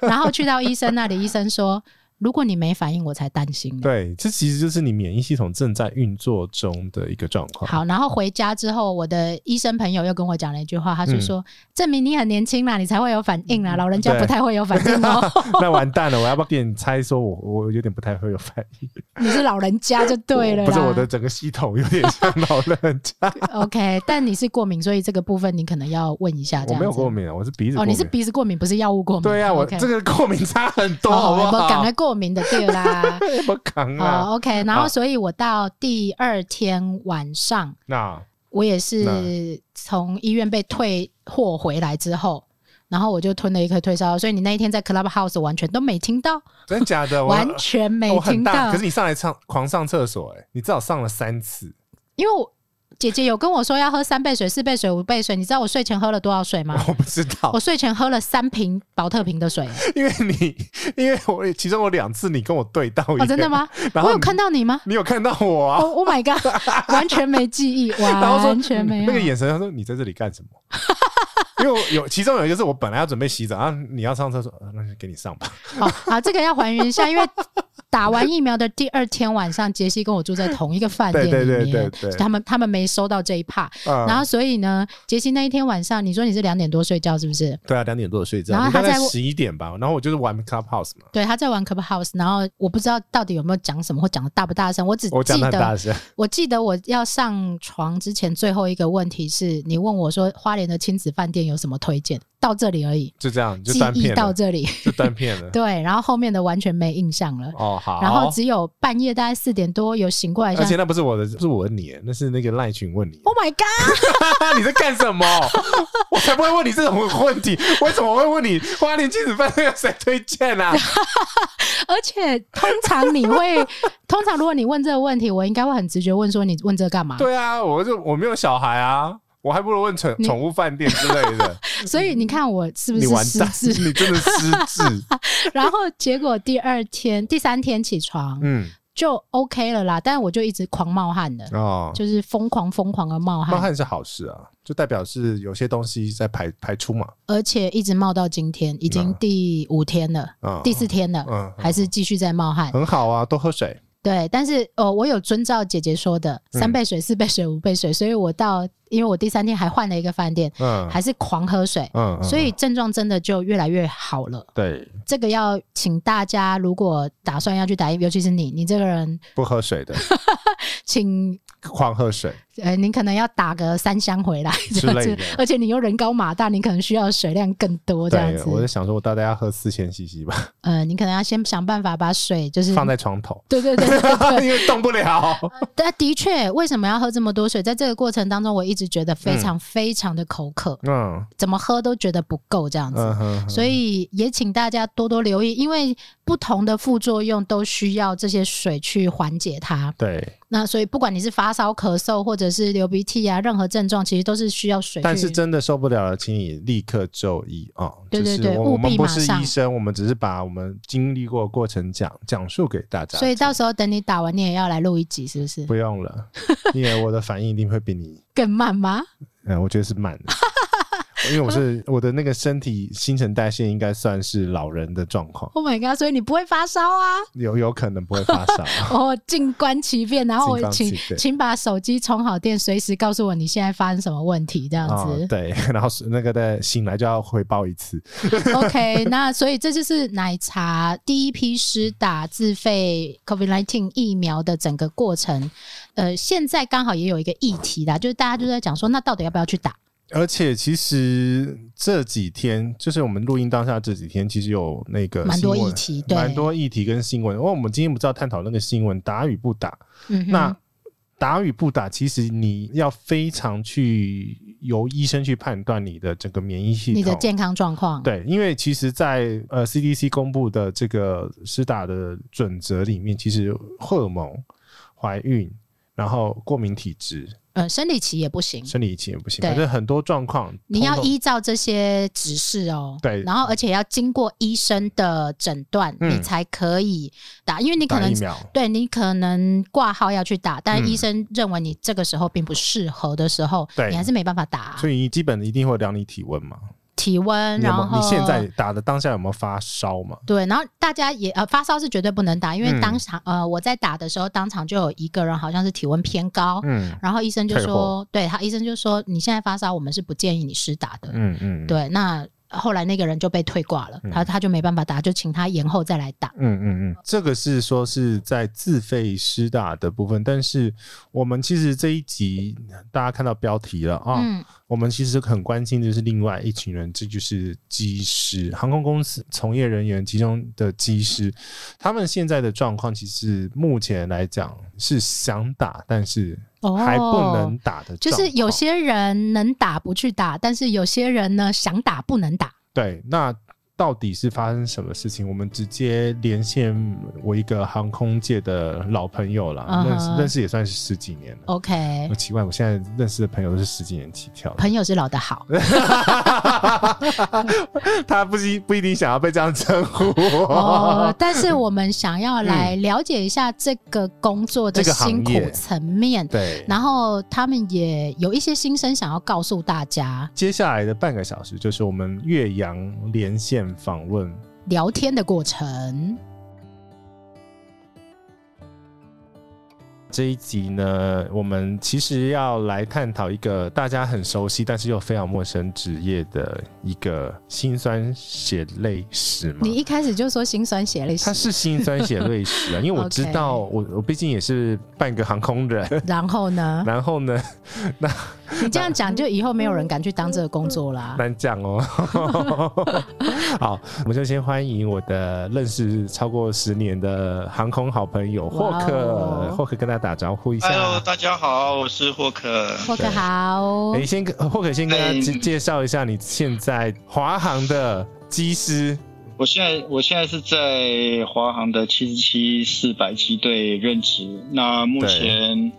Speaker 2: 然后去到医生那里，医生说：“如果你没反应，我才担心呢。
Speaker 3: 对，这其实就是你免疫系统正在运作中的一个状”况。
Speaker 2: 好，然后回家之后，我的医生朋友又跟我讲了一句话，他就说：“证明你很年轻啦，你才会有反应啦，老人家
Speaker 3: 嗯对
Speaker 2: 不太会有反应哦、
Speaker 3: 那完蛋了，我要不要给你猜说我我有点不太会有反应？
Speaker 2: 你是老人家就对了啦。 啊
Speaker 3: 不是我的整个系统有点像老人 家，
Speaker 2: OK，但你是过敏，所以这个部分你可能要问一下。这
Speaker 3: 我
Speaker 2: 样
Speaker 3: 没有
Speaker 2: 子
Speaker 3: 过敏啊，我是鼻子过
Speaker 2: 哦，
Speaker 3: 敏。
Speaker 2: 你是鼻子过敏，不是药物过敏。哦
Speaker 3: 对啊，我
Speaker 2: OK
Speaker 3: 这个过敏差很多，好不
Speaker 2: 哦
Speaker 3: 好？
Speaker 2: 赶快过敏的对啦。
Speaker 3: 我扛啊，
Speaker 2: 哦，OK，然后
Speaker 3: 好
Speaker 2: 所以我到第二天晚上，
Speaker 3: 那
Speaker 2: 我也是从医院被退货回来之后，然后我就吞了一颗退烧药，所以你那一天在 Clubhouse 完全都没听到，
Speaker 3: 真的假的？我哦
Speaker 2: 完全没
Speaker 3: 我很
Speaker 2: 听
Speaker 3: 大，
Speaker 2: 到
Speaker 3: 可是，你上来上狂上厕所、欸，你至少上了三次，
Speaker 2: 因为我姐姐有跟我说要喝三倍水、四倍水、五倍水，你知道我睡前喝了多少水吗？
Speaker 3: 我不知道
Speaker 2: 啊我，睡前喝了三瓶保特瓶的水，
Speaker 3: 因为你，因为我其中有两次你跟我对到眼，
Speaker 2: 哦，真的？吗？
Speaker 3: 然
Speaker 2: 我
Speaker 3: 后
Speaker 2: 有看到你吗？
Speaker 3: 你有看到我啊？
Speaker 2: 哦，Oh my god，完全没记忆，
Speaker 3: 然后
Speaker 2: 啊
Speaker 3: 说嗯
Speaker 2: 完全没有
Speaker 3: 那个眼神，他说你在这里干什么？因为我有其中有一个是我本来要准备洗澡，啊，你要上厕所，啊那就给你上吧。
Speaker 2: 哦，好，这个要还原一下，因为打完疫苗的第二天晚上，杰西跟我住在同一个饭店里面，
Speaker 3: 对对对对对
Speaker 2: 他们他们没收到这一 part，、
Speaker 3: 啊
Speaker 2: 然后所以呢，杰西那一天晚上，你说你是两点多睡觉是不是？
Speaker 3: 对啊，两点多睡觉，
Speaker 2: 然后
Speaker 3: 你大
Speaker 2: 他
Speaker 3: 概
Speaker 2: 在
Speaker 3: 十一点吧，然后我就是玩 Clubhouse 嘛，
Speaker 2: 对，他在玩 Clubhouse，然后我不知道到底有没有讲什么，或讲的大不大声，我只
Speaker 3: 我讲
Speaker 2: 记
Speaker 3: 的很大
Speaker 2: 得
Speaker 3: 声，
Speaker 2: 我记得我要上床之前最后一个问题是你问我说花莲的亲子饭店有什么推荐，到这里而已，
Speaker 3: 就这样就
Speaker 2: 记
Speaker 3: 断
Speaker 2: 忆
Speaker 3: 片
Speaker 2: 到
Speaker 3: 了，
Speaker 2: 这里，
Speaker 3: 就断片了。
Speaker 2: 对，然后后面的完全没印象了。
Speaker 3: 哦，好。
Speaker 2: 然后只有半夜大概四点多有醒过来一下
Speaker 3: 而且那不是我的，不是我问你，那是那个赖群问你，
Speaker 2: ，Oh my god！
Speaker 3: 你在干什么？我才不会问你这种问题，我怎么会问你花莲亲子饭店有谁推荐啊？
Speaker 2: 而且通常你 会，通常如果你问这个问题，我应该会很直觉问说你问这干嘛？
Speaker 3: 对啊，我就我没有小孩啊，我还不如问宠
Speaker 2: 你
Speaker 3: 宠物饭店之类 的。
Speaker 2: 所以你看我是不
Speaker 3: 你
Speaker 2: 是
Speaker 3: 完
Speaker 2: 失
Speaker 3: 蛋，
Speaker 2: 智？
Speaker 3: 你真的失智。
Speaker 2: 然后结果第二天、第三天起床
Speaker 3: 嗯，
Speaker 2: 就 OK 了啦，但是我就一直狂冒汗的，
Speaker 3: 哦，
Speaker 2: 就是疯狂疯狂的冒
Speaker 3: 冒
Speaker 2: 汗，
Speaker 3: 汗是好事啊，就代表是有些东西在排排出嘛。
Speaker 2: 而且一直冒到今天，已
Speaker 3: 嗯
Speaker 2: 经第五天了，
Speaker 3: 啊，
Speaker 2: 第四天了，
Speaker 3: 嗯，
Speaker 2: 还是继续在冒汗。
Speaker 3: 很好啊，多喝水。
Speaker 2: 对，但是呃，我有遵照姐姐说的
Speaker 3: 嗯
Speaker 2: 三倍水、四倍水、五倍水，所以我到，因为我第三天还换了一个饭店，
Speaker 3: 嗯，
Speaker 2: 还是狂喝水，
Speaker 3: 嗯，嗯
Speaker 2: 所以症状真的就越来越好了。
Speaker 3: 对
Speaker 2: 这个要请大家，如果打算要去打疫，尤其是你，你这个人，
Speaker 3: 不喝 水的
Speaker 2: 请
Speaker 3: 狂喝水，
Speaker 2: 呃，您可能要打个三箱回来
Speaker 3: 之类的
Speaker 2: 这样子而且你又人高马大，你可能需要水量更多这样
Speaker 3: 对，我在
Speaker 2: 子。
Speaker 3: 想说，我大概要喝四千 CC 吧，
Speaker 2: 呃，你可能要先想办法把水就是，
Speaker 3: 放在床头
Speaker 2: 对对对对对
Speaker 3: 因为动 不了。
Speaker 2: 但的确，为什么要喝这么多水？在这个过程当中，我一直觉得非常非常的口渴，
Speaker 3: 嗯
Speaker 2: 怎么喝都觉得不够这样子。
Speaker 3: 嗯哼，
Speaker 2: 所以也请大家多多留意，因为不同的副作用都需要这些水去缓解它。
Speaker 3: 对，
Speaker 2: 那所以不管你是发烧、咳嗽，或者是流鼻涕啊，任何症状，其实都是需要水去。
Speaker 3: 但是真的受不了了，请你立刻就医啊！
Speaker 2: 对
Speaker 3: 就是
Speaker 2: 对对
Speaker 3: 我我
Speaker 2: 务必
Speaker 3: 们不
Speaker 2: 马
Speaker 3: 是
Speaker 2: 上
Speaker 3: 医生，我们只是把我们经历过的过程讲讲述给大家。
Speaker 2: 所以到时候等你打完，你也要来录一集，是不是？
Speaker 3: 啊不用了，因为我的反应一定会比你，
Speaker 2: 更慢吗？
Speaker 3: 嗯，我觉得是慢的。 因为我是我的那个身体新陈代谢应该算是老人的状况，
Speaker 2: Oh my god！所以你不会发烧啊？
Speaker 3: 有有可能不会发 烧。
Speaker 2: 哦，静观其变，然后
Speaker 3: 静
Speaker 2: 我
Speaker 3: 观
Speaker 2: 请
Speaker 3: 其变
Speaker 2: 请把手机充好电，随时告诉我你现在发生什么问题，这样
Speaker 3: 啊、
Speaker 2: 子。
Speaker 3: 对， 然后是那个的醒来就要汇报一次，
Speaker 2: OK，那所以这就是奶茶啊第一批施打自费 COVID-19 疫苗的整个过程。呃，现在刚好也有一个议题啦，就是大家就在讲说，那到底要不要去打？
Speaker 3: 而且其实这几天，就是我们录音当下这几天，其实有那个
Speaker 2: 蛮多
Speaker 3: 呃新闻
Speaker 2: 议题对
Speaker 3: 蛮多议题跟新闻。因为我们今天不是要探讨那个新闻打与不打，
Speaker 2: 嗯哼，
Speaker 3: 那打与不打，其实你要非常去由医生去判断你的整个免疫系统。
Speaker 2: 你的健康状况，
Speaker 3: 对，因为其实在，呃 CDC 公布的这个施打的准则里面，其实荷尔蒙、怀孕，然后过敏体质、
Speaker 2: 呃，生理期也不行。
Speaker 3: 生理期也不行，
Speaker 2: 对
Speaker 3: 反正很多状况，
Speaker 2: 你要
Speaker 3: 通通
Speaker 2: 依照这些指示哦，
Speaker 3: 对
Speaker 2: 然后而且要经过医生的诊断，
Speaker 3: 嗯
Speaker 2: 你才可以打，因为你可
Speaker 3: 打
Speaker 2: 能
Speaker 3: 疫苗。
Speaker 2: 对你可能挂号要去打，但
Speaker 3: 嗯
Speaker 2: 医生认为你这个时候并不适合的时候，
Speaker 3: 对
Speaker 2: 你还是没办法打、
Speaker 3: 所以你基本一定会量你体温嘛，
Speaker 2: 体温，
Speaker 3: 你有
Speaker 2: 然
Speaker 3: 没有
Speaker 2: 后
Speaker 3: 你现在打的当下有没有发烧嘛？
Speaker 2: 对，然后大家也呃发烧是绝对不能打，因为
Speaker 3: 嗯
Speaker 2: 当场、呃我在打的时候，当场就有一个人好像是体温偏高，
Speaker 3: 嗯
Speaker 2: 然后医生就
Speaker 3: 退
Speaker 2: 说，对他医生就说你现在发烧，我们是不建议你施打的。
Speaker 3: 嗯嗯，，
Speaker 2: 对，那后来那个人就被退挂了，
Speaker 3: 嗯
Speaker 2: 他他就没办法打，就请他延后再来打。
Speaker 3: 嗯嗯嗯，这个是说是在自费施打的部分，但是我们其实这一集大家看到标题了啊，
Speaker 2: 嗯，
Speaker 3: 我们其实很关心的就是另外一群人，这就是机师，航空公司从业人员其中的机师，他们现在的状况其实目前来讲是想打，但是
Speaker 2: 哦
Speaker 3: 还不能哦打的状况、
Speaker 2: 就是有些人能打不去打，但是有些人呢想打不能打。
Speaker 3: 对，那到底是发生什么事情？我们直接连线我一个航空界的老朋友啦
Speaker 2: 嗯哼
Speaker 3: 认识认识也算是十几年了。
Speaker 2: OK，
Speaker 3: 我奇怪，我现在认识的朋友都是十几年起跳的，
Speaker 2: 朋友是老的好，
Speaker 3: 他不一不一定想要被这样称呼。
Speaker 2: 哦，但是我们想要来了解一下这个工作的
Speaker 3: 这个行
Speaker 2: 辛苦
Speaker 3: 业嗯
Speaker 2: 层面，
Speaker 3: 对，
Speaker 2: 然后他们也有一些心声想要告诉大家，
Speaker 3: 接下来的半个小时就是我们岳阳连线访问。
Speaker 2: 聊天的过程。
Speaker 3: 嗯这一集呢，我们其实要来探讨一个大家很熟悉，但是又非常陌生职业的一个辛酸血泪史嘛
Speaker 2: 你。一开始就说心酸血泪史
Speaker 3: 它，是辛酸血泪 史啊，因为我
Speaker 2: OK
Speaker 3: 知道我我毕竟也是半个航空人，
Speaker 2: 然后呢？
Speaker 3: 然后呢
Speaker 2: 你这样讲，就以后没有人敢去当这个工作 啦。
Speaker 3: 难讲哦。好，我们就先欢迎我的认识超过十年的航空好朋友霍
Speaker 2: 哇哦
Speaker 3: 克，霍克跟他打招呼一下。
Speaker 1: Hello，大家好，我是霍克。
Speaker 2: 霍克好
Speaker 3: 哎、，先跟霍克先跟大家
Speaker 1: 哎
Speaker 3: 介介绍一下你现在华航的机师，
Speaker 1: 我现在我现在是在华航的七十七四百机队任职，那目前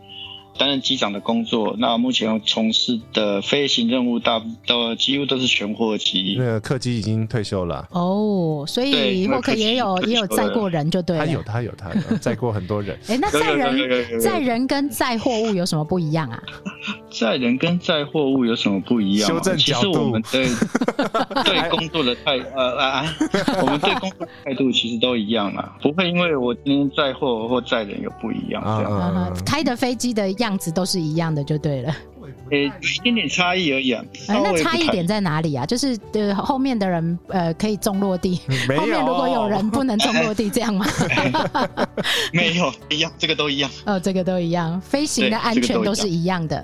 Speaker 1: 担任机长的工作。那目前我从事的飞行任务大都几乎都是全货机
Speaker 2: 嗯
Speaker 3: 那，个客机已经退休了。
Speaker 2: 哦，所
Speaker 1: 对
Speaker 2: 以
Speaker 1: 因为
Speaker 2: 霍克也有
Speaker 1: 客气
Speaker 2: 也有载过人就对
Speaker 3: 他
Speaker 2: 了。
Speaker 3: 有，他有，他有 载过很多人。
Speaker 2: 哎，那
Speaker 1: 有
Speaker 2: 载
Speaker 1: 有有有
Speaker 2: 人
Speaker 1: 有有有
Speaker 2: 载人跟载货物有什么不一样啊？
Speaker 1: 载人跟载货物有什么不一样
Speaker 3: 修
Speaker 1: 吗？
Speaker 3: 正
Speaker 1: 其
Speaker 3: 角
Speaker 1: 实
Speaker 3: 度
Speaker 1: 我们 对对工作的态呃啊，我们对工作的态度其实都一样啦，不会因为我今天载货或载人有不一样这样，
Speaker 2: 啊哈
Speaker 3: 嗯，
Speaker 2: 开的飞机的样子都是一样的就对了。
Speaker 1: 诶、一点点差异而已啊，
Speaker 2: 哎
Speaker 1: 稍微
Speaker 2: 那
Speaker 1: 不
Speaker 2: 差异
Speaker 1: 太
Speaker 2: 点在哪里啊？就是呃，后面的人呃可以中落地，
Speaker 3: 没有。
Speaker 2: 后面如果有人不能中落 地，这样吗？
Speaker 1: 没有一样，这个都一样。
Speaker 2: 哦，这个都一样，飞行的
Speaker 1: 对
Speaker 2: 安全都是一样的。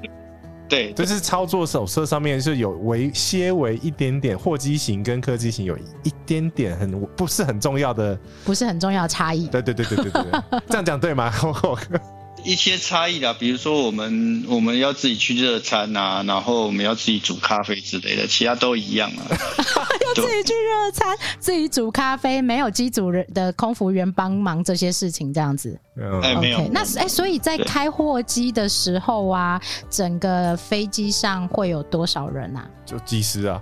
Speaker 1: 对，
Speaker 3: 就是操作手册上面是有微些微一点点货机型跟客机型有一点点很不是很重要的，
Speaker 2: 不是很重要的差异。
Speaker 3: 对对对对对对 对，这样讲对吗？霍克
Speaker 1: 一些差异啦，比如说我们我们要自己去热餐啊，然后我们要自己煮咖啡之类的，其他都一样啊。
Speaker 2: 自己去热餐，自己煮咖啡，没有机组人的空服员帮忙这些事情，这样子。
Speaker 1: 哎
Speaker 3: 嗯，
Speaker 1: 没有
Speaker 2: OK，那哎、所以在开货机的时候啊，整个飞机上会有多少人啊？
Speaker 3: 就机师啊，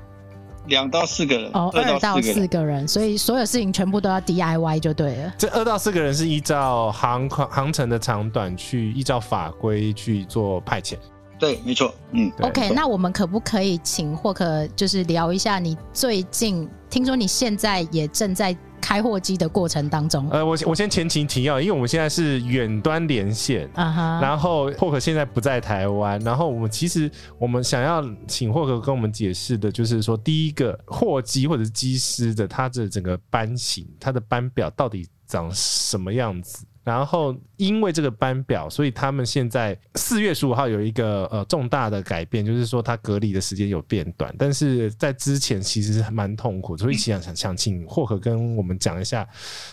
Speaker 1: 两到四个人，
Speaker 2: 哦，二到
Speaker 1: 到个
Speaker 2: 四
Speaker 1: 人，
Speaker 2: 个人，所以所有事情全部都要 DIY 就对了。
Speaker 3: 这二到四个人是依照航空航程的长短去依照法规去做派遣。
Speaker 1: 对，没错，嗯。
Speaker 3: 对
Speaker 2: OK，那我们可不可以请霍克就是聊一下你最近？听说你现在也正在开货机的过程当中。
Speaker 3: 呃，我先我先前情提要，因为我们现在是远端连线。
Speaker 2: 啊哈，
Speaker 3: 然后霍克现在不在台湾，然后我们其实我们想要请霍克跟我们解释的，就是说第一个货机或者是机师的他的整个班型，他的班表到底长什么样子。然后因为这个班表，所以他们现在四月十五号有一个呃重大的改变，就是说他隔离的时间有变短，但是在之前其实蛮痛苦，所以想想想请霍克跟我们讲一下，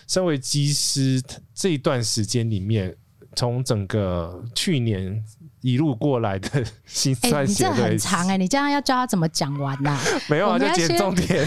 Speaker 3: 身为机师这一段时间里面，从整个去年一路过来的辛
Speaker 2: 哎、
Speaker 3: 酸
Speaker 2: 你
Speaker 3: 血
Speaker 2: 这
Speaker 3: 泪
Speaker 2: 很
Speaker 3: 史，
Speaker 2: 长哎、你这样要教他怎么讲完呐、
Speaker 3: 没有
Speaker 2: 我
Speaker 3: 啊，
Speaker 2: 们
Speaker 3: 就
Speaker 2: 要
Speaker 3: 接
Speaker 2: 先
Speaker 3: 重点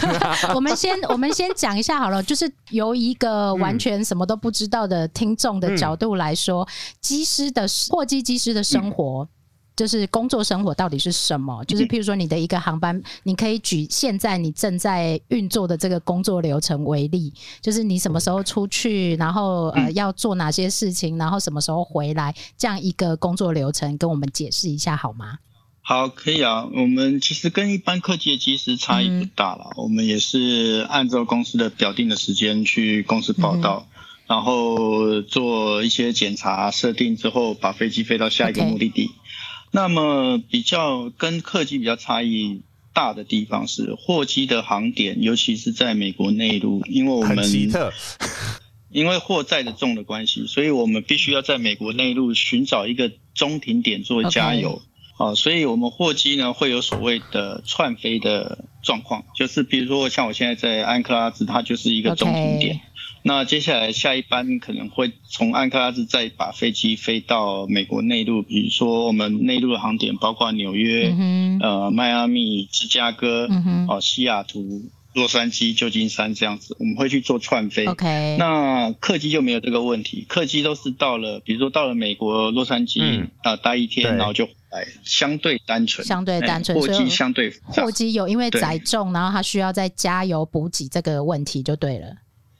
Speaker 3: 啊，
Speaker 2: 我们先我们先讲一下好了，就是由一个完全什么都不知道的听众的角度来说，
Speaker 1: 嗯
Speaker 2: 机师的货机机师的生活。就是工作生活到底是什
Speaker 1: 嗯
Speaker 2: 么？就是譬如说你的一个航班，你可以举现在你正在运作的这个工作流程为例，就是你什么时候出去，然后呃
Speaker 1: 嗯
Speaker 2: 要做哪些事情，然后什么时候回来，这样一个工作流程跟我们解释一下好吗？
Speaker 1: 好，可以啊。我们其实跟一般科技的机师差异不大啦，我们也是按照公司的表定的时间去公司报道，然后做一些检查设定之后，把飞机飞到下一个
Speaker 2: OK
Speaker 1: 目的地。那么比较跟客机比较差异大的地方是，货机的航点，尤其是在美国内陆，因为我
Speaker 3: 很
Speaker 1: 们
Speaker 3: 奇特。
Speaker 1: 因为货载的重的关系，所以我们必须要在美国内陆寻找一个中停点作为加油。啊，所以我们货机呢会有所谓的串飞的状况，就是比如说像我现在在安克拉治，它就是一个中停点。
Speaker 2: OK
Speaker 1: 那接下来下一班可能会从安克拉治再把飞机飞到美国内陆，比如说我们内陆的航点包括纽约、
Speaker 2: 嗯哼，
Speaker 1: 呃迈阿密、芝加哥、
Speaker 2: 嗯哼
Speaker 1: 哦西雅图洛杉矶、旧金山这样子，我们会去做串飞。
Speaker 2: OK，
Speaker 1: 那客机就没有这个问题，客机都是到了，比如说到了美国洛杉矶啊、
Speaker 3: 嗯
Speaker 1: 呃待一天，
Speaker 3: 对
Speaker 1: 然后就回来，相对单纯，
Speaker 2: 相对单纯
Speaker 1: 哎货
Speaker 2: 所以
Speaker 1: 机相对复杂
Speaker 2: 货机有因为
Speaker 1: 对
Speaker 2: 载重，然后它需要再加油补给这个问题就对了。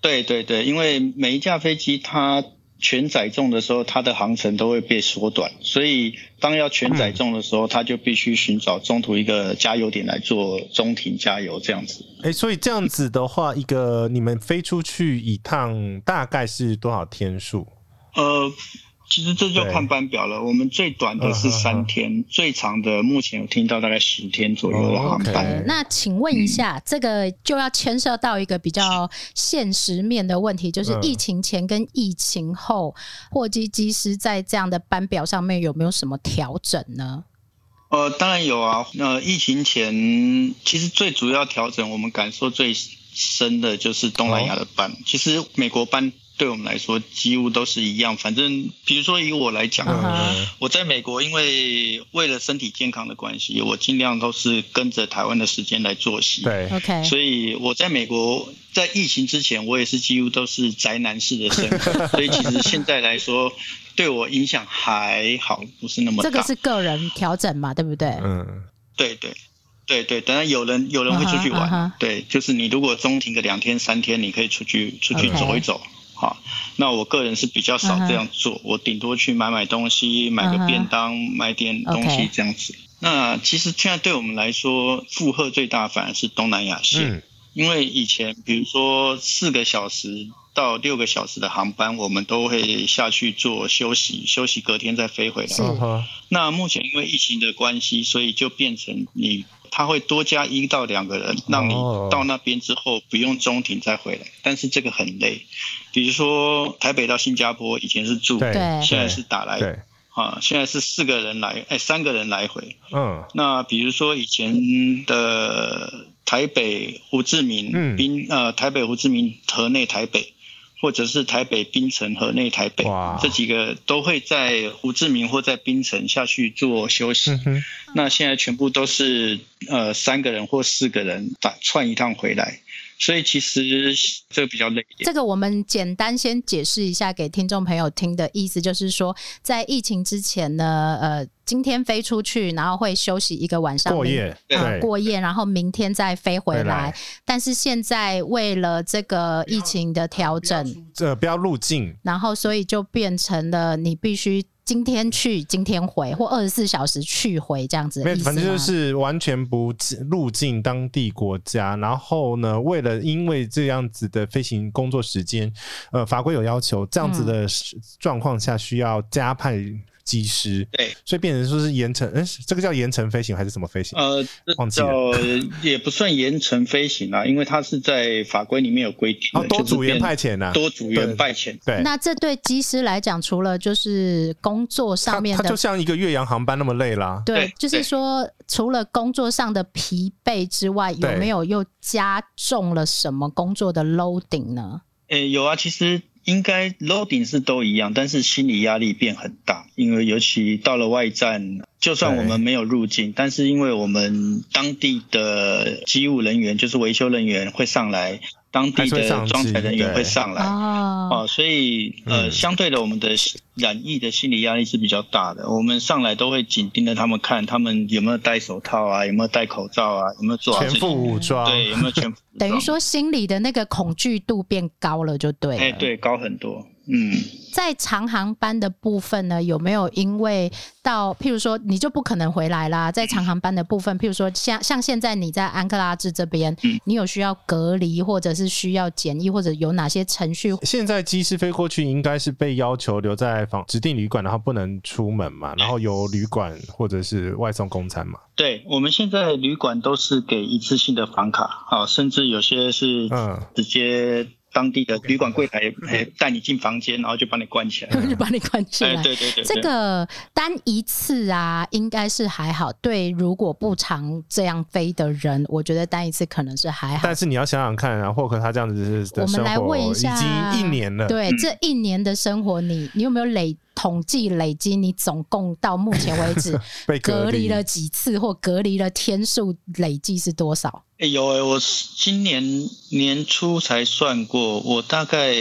Speaker 1: 对对对，因为每一架飞机它全载重的时候，它的航程都会被缩短，所以当要全载重的时候，它就必须寻找中途一个加油点来做中停加油这样子。
Speaker 3: 哎、所以这样子的话，一个你们飞出去一趟大概是多少天数？
Speaker 1: 呃，其实这就
Speaker 3: 对
Speaker 1: 看班表了。我们最短的是
Speaker 3: 嗯嗯嗯
Speaker 1: 三天，最长的目前有听到大概十天左右的
Speaker 3: 哦
Speaker 1: 航
Speaker 3: ，OK
Speaker 1: 班。
Speaker 2: 呃那请问
Speaker 3: 嗯
Speaker 2: 一下，这个就要牵涉到一个比较现实面的问题，就是
Speaker 3: 嗯
Speaker 2: 疫情前跟疫情后，货机机师在这样的班表上面有没有什么调整呢？
Speaker 1: 呃，当然有啊。呃，疫情前其实最主要调整，我们感受最深的就是东南亚的班。其实美国班对我们来说几乎都是一样。反正比如说以我来讲，
Speaker 2: 嗯哼
Speaker 3: 呃
Speaker 1: 我在美国，因为为了身体健康的关系，我尽量都是跟着台湾的时间来作息。。
Speaker 3: 对，
Speaker 2: OK，
Speaker 1: 所以我在美国，在疫情之前，我也是几乎都是宅男式的生活，所以其实现在来说，对我影响还好，不是那么大。
Speaker 2: 这个是个人调整嘛，对不对？
Speaker 3: 嗯，
Speaker 1: 对对对对，当然有人有人会出去玩
Speaker 2: 嗯哼嗯哼
Speaker 1: 对，就是你如果中停个两天三天，你可以出去出去
Speaker 2: OK
Speaker 1: 走一走。好，那我个人是比较少这样做我顶多去买买东西，买
Speaker 2: 嗯
Speaker 1: 个
Speaker 2: 哼
Speaker 1: 便当买点东
Speaker 2: OK
Speaker 1: 西这样子。那其实现在对我们来说，负荷最大反而是东南亚线，
Speaker 3: 嗯，
Speaker 1: 因为以前比如说四个小时到六个小时的航班，我们都会下去做休息，休息隔天再飞回来
Speaker 2: 是。
Speaker 3: 嗯哼
Speaker 1: 那目前因为疫情的关系，所以就变成你他会多加一到两个人，让你
Speaker 3: 哦
Speaker 1: 到那边之后不用中停再回来。但是这个很累，比如说台北到新加坡以前是住，
Speaker 3: 对，
Speaker 2: 对
Speaker 1: 现在是打来
Speaker 3: 对，
Speaker 1: 啊，现在是四个人来，哎，三个人来回。
Speaker 3: 嗯，
Speaker 1: 那比如说以前的台北胡志
Speaker 3: 嗯
Speaker 1: 明、滨、呃台北胡志明河内台北，或者是台北槟城河内台北
Speaker 3: 哇
Speaker 1: 这几个都会在胡志明或在槟城下去做休息。
Speaker 3: 嗯哼，
Speaker 1: 那现在全部都是呃三个人或四个人打串一趟回来，所以其实这个比较累一点。
Speaker 2: 这个我们简单先解释一下给听众朋友听的意思，就是说，在疫情之前呢，呃，今天飞出去，然后会休息一个晚上，
Speaker 3: 过
Speaker 2: 明
Speaker 3: 夜，
Speaker 2: 啊、
Speaker 3: 对，
Speaker 2: 过夜，然后明天再飞回来
Speaker 3: 回来。
Speaker 2: 但是现在为了这个疫情的调整，
Speaker 3: 这呃不要入境，
Speaker 2: 然后所以就变成了你必须今天去，今天回，或二十四小时去回这样子的
Speaker 3: 没有
Speaker 2: 意，思
Speaker 3: 反正就
Speaker 2: 吗
Speaker 3: 是完全不进入境当地国家。然后呢，为了因为这样子的飞行工作时间，呃，法规有要求，这样子
Speaker 2: 嗯
Speaker 3: 的时状况下需要加派机师，
Speaker 1: 对，
Speaker 3: 所以变成说是严惩，嗯，这个叫严惩飞行还是什么飞行？
Speaker 1: 呃，
Speaker 3: 忘
Speaker 1: 这
Speaker 3: 记了
Speaker 1: 叫也不算严惩飞行啊，因为它是在法规里面有规定
Speaker 3: 哦
Speaker 1: 的，，
Speaker 3: 多
Speaker 1: 呃就是
Speaker 3: 组员
Speaker 1: 变
Speaker 3: 派遣呢、啊
Speaker 1: 多组
Speaker 3: 对
Speaker 1: 员派遣。
Speaker 3: 对，
Speaker 2: 那这对机师来讲，除了就是工作上
Speaker 3: 它
Speaker 2: 面
Speaker 3: 它
Speaker 2: 的
Speaker 3: 就像一个岳阳航班那么累啦。
Speaker 2: 对
Speaker 1: 对，
Speaker 2: 就是
Speaker 1: 对
Speaker 2: 说，除了工作上的疲惫之外，有
Speaker 3: 对
Speaker 2: 没有又加重了什么工作的 loading 呢？
Speaker 1: 诶，有啊，其实应该 loading 是都一样，但是心理压力变很大，因为尤其到了外站，就算
Speaker 3: 对
Speaker 1: 我们没有入境，但是因为我们当地的机务人员，就是维修人员会上来，当
Speaker 3: 还
Speaker 1: 地
Speaker 3: 是会上
Speaker 1: 的
Speaker 3: 机
Speaker 1: 装载人员
Speaker 3: 对
Speaker 1: 会上来。
Speaker 2: 哦
Speaker 1: 哦，所以呃，
Speaker 3: 嗯
Speaker 1: 相对的，我们的染疫的心理压力是比较大的。我们上来都会紧盯着他们看，他们有没有戴手套啊，有没有戴口罩啊，有没有做好
Speaker 3: 全
Speaker 1: 自己，
Speaker 3: 副武装，
Speaker 1: 对，有没有全副武装
Speaker 2: 等于，说心里的那个恐惧度变高了，就对了。
Speaker 1: 哎，对，高很多，嗯。
Speaker 2: 在长航班的部分呢，有没有因为到譬如说你就不可能回来啦？在长航班的部分，譬如说像像现在你在安克拉治这边，
Speaker 1: 嗯
Speaker 2: 你有需要隔离，或者是需要检疫，或者有哪些程序
Speaker 3: 现在机师飞过去应该是被要求留在房指定旅馆，然后不能出门嘛，然后由旅馆或者是外送公餐嘛。
Speaker 1: 对，我们现在旅馆都是给一次性的房卡，啊，甚至有些是
Speaker 3: 嗯
Speaker 1: 直接当地的旅馆柜台哎带你进房间，然后就把你关 起来。
Speaker 2: 就把你关起来？
Speaker 1: 哎，对对对，对
Speaker 2: 啊这个单一次啊，应该是还好。对，如果不常这样飞的人，我觉得单一次可能是还好
Speaker 3: 但。是你要想想看啊，霍克他这样子的
Speaker 2: 我们
Speaker 3: 生
Speaker 2: 来问
Speaker 3: 活
Speaker 2: 一
Speaker 3: 已
Speaker 2: 下
Speaker 3: 经一年了，
Speaker 2: 对、
Speaker 1: 嗯
Speaker 2: 这一年的生活你，你有没有累统计累积你总共到目前为止
Speaker 3: 被
Speaker 2: 隔
Speaker 3: 离
Speaker 2: 离了几次或隔离了天数累计是多少？
Speaker 1: 哎、有哎、我今年年初才算过，我大概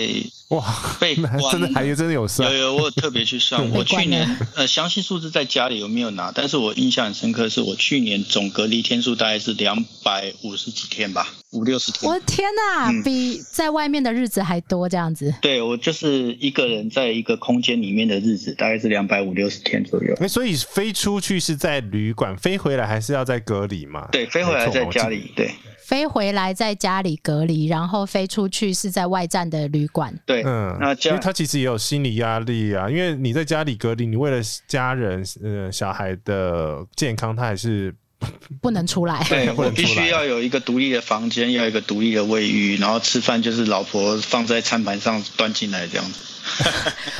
Speaker 3: 哇，
Speaker 1: 被
Speaker 3: 那
Speaker 1: 关
Speaker 3: 真的还真的有啊算
Speaker 1: 有有，我有特别去算，
Speaker 2: 啊 被
Speaker 1: 我去
Speaker 2: 关了
Speaker 1: 年呃详细数字在家里有没有拿？但是我印象很深刻，是我去年总隔离天数大概是两百五十几天吧，五六十天。
Speaker 2: 我的天哪、
Speaker 1: 嗯
Speaker 2: 比在外面的日子还多这样子。
Speaker 1: 对我就是一个人在一个空间里面的日子，大概是两百五六十天左右。
Speaker 3: 哎，所以飞出去是在旅馆，飞回来还是要在隔离嘛？
Speaker 1: 对，飞回来
Speaker 3: 没错
Speaker 1: 在
Speaker 3: 我记
Speaker 1: 家
Speaker 3: 得
Speaker 1: 里，对
Speaker 2: 飞回来在家里隔离，然后飞出去是在外站的旅馆。
Speaker 1: 对，
Speaker 3: 嗯，
Speaker 1: 那
Speaker 3: 因
Speaker 1: 家
Speaker 3: 为他其实也有心理压力啊，因为你在家里隔离，你为了家人、呃小孩的健康，他还是
Speaker 2: 不能出 来。
Speaker 1: 对
Speaker 3: 不
Speaker 1: 我
Speaker 3: 能
Speaker 1: 必
Speaker 3: 出来
Speaker 1: 须要有一个独立的房间，要有一个独立的卫浴，然后吃饭就是老婆放在餐盘上端进来这样子。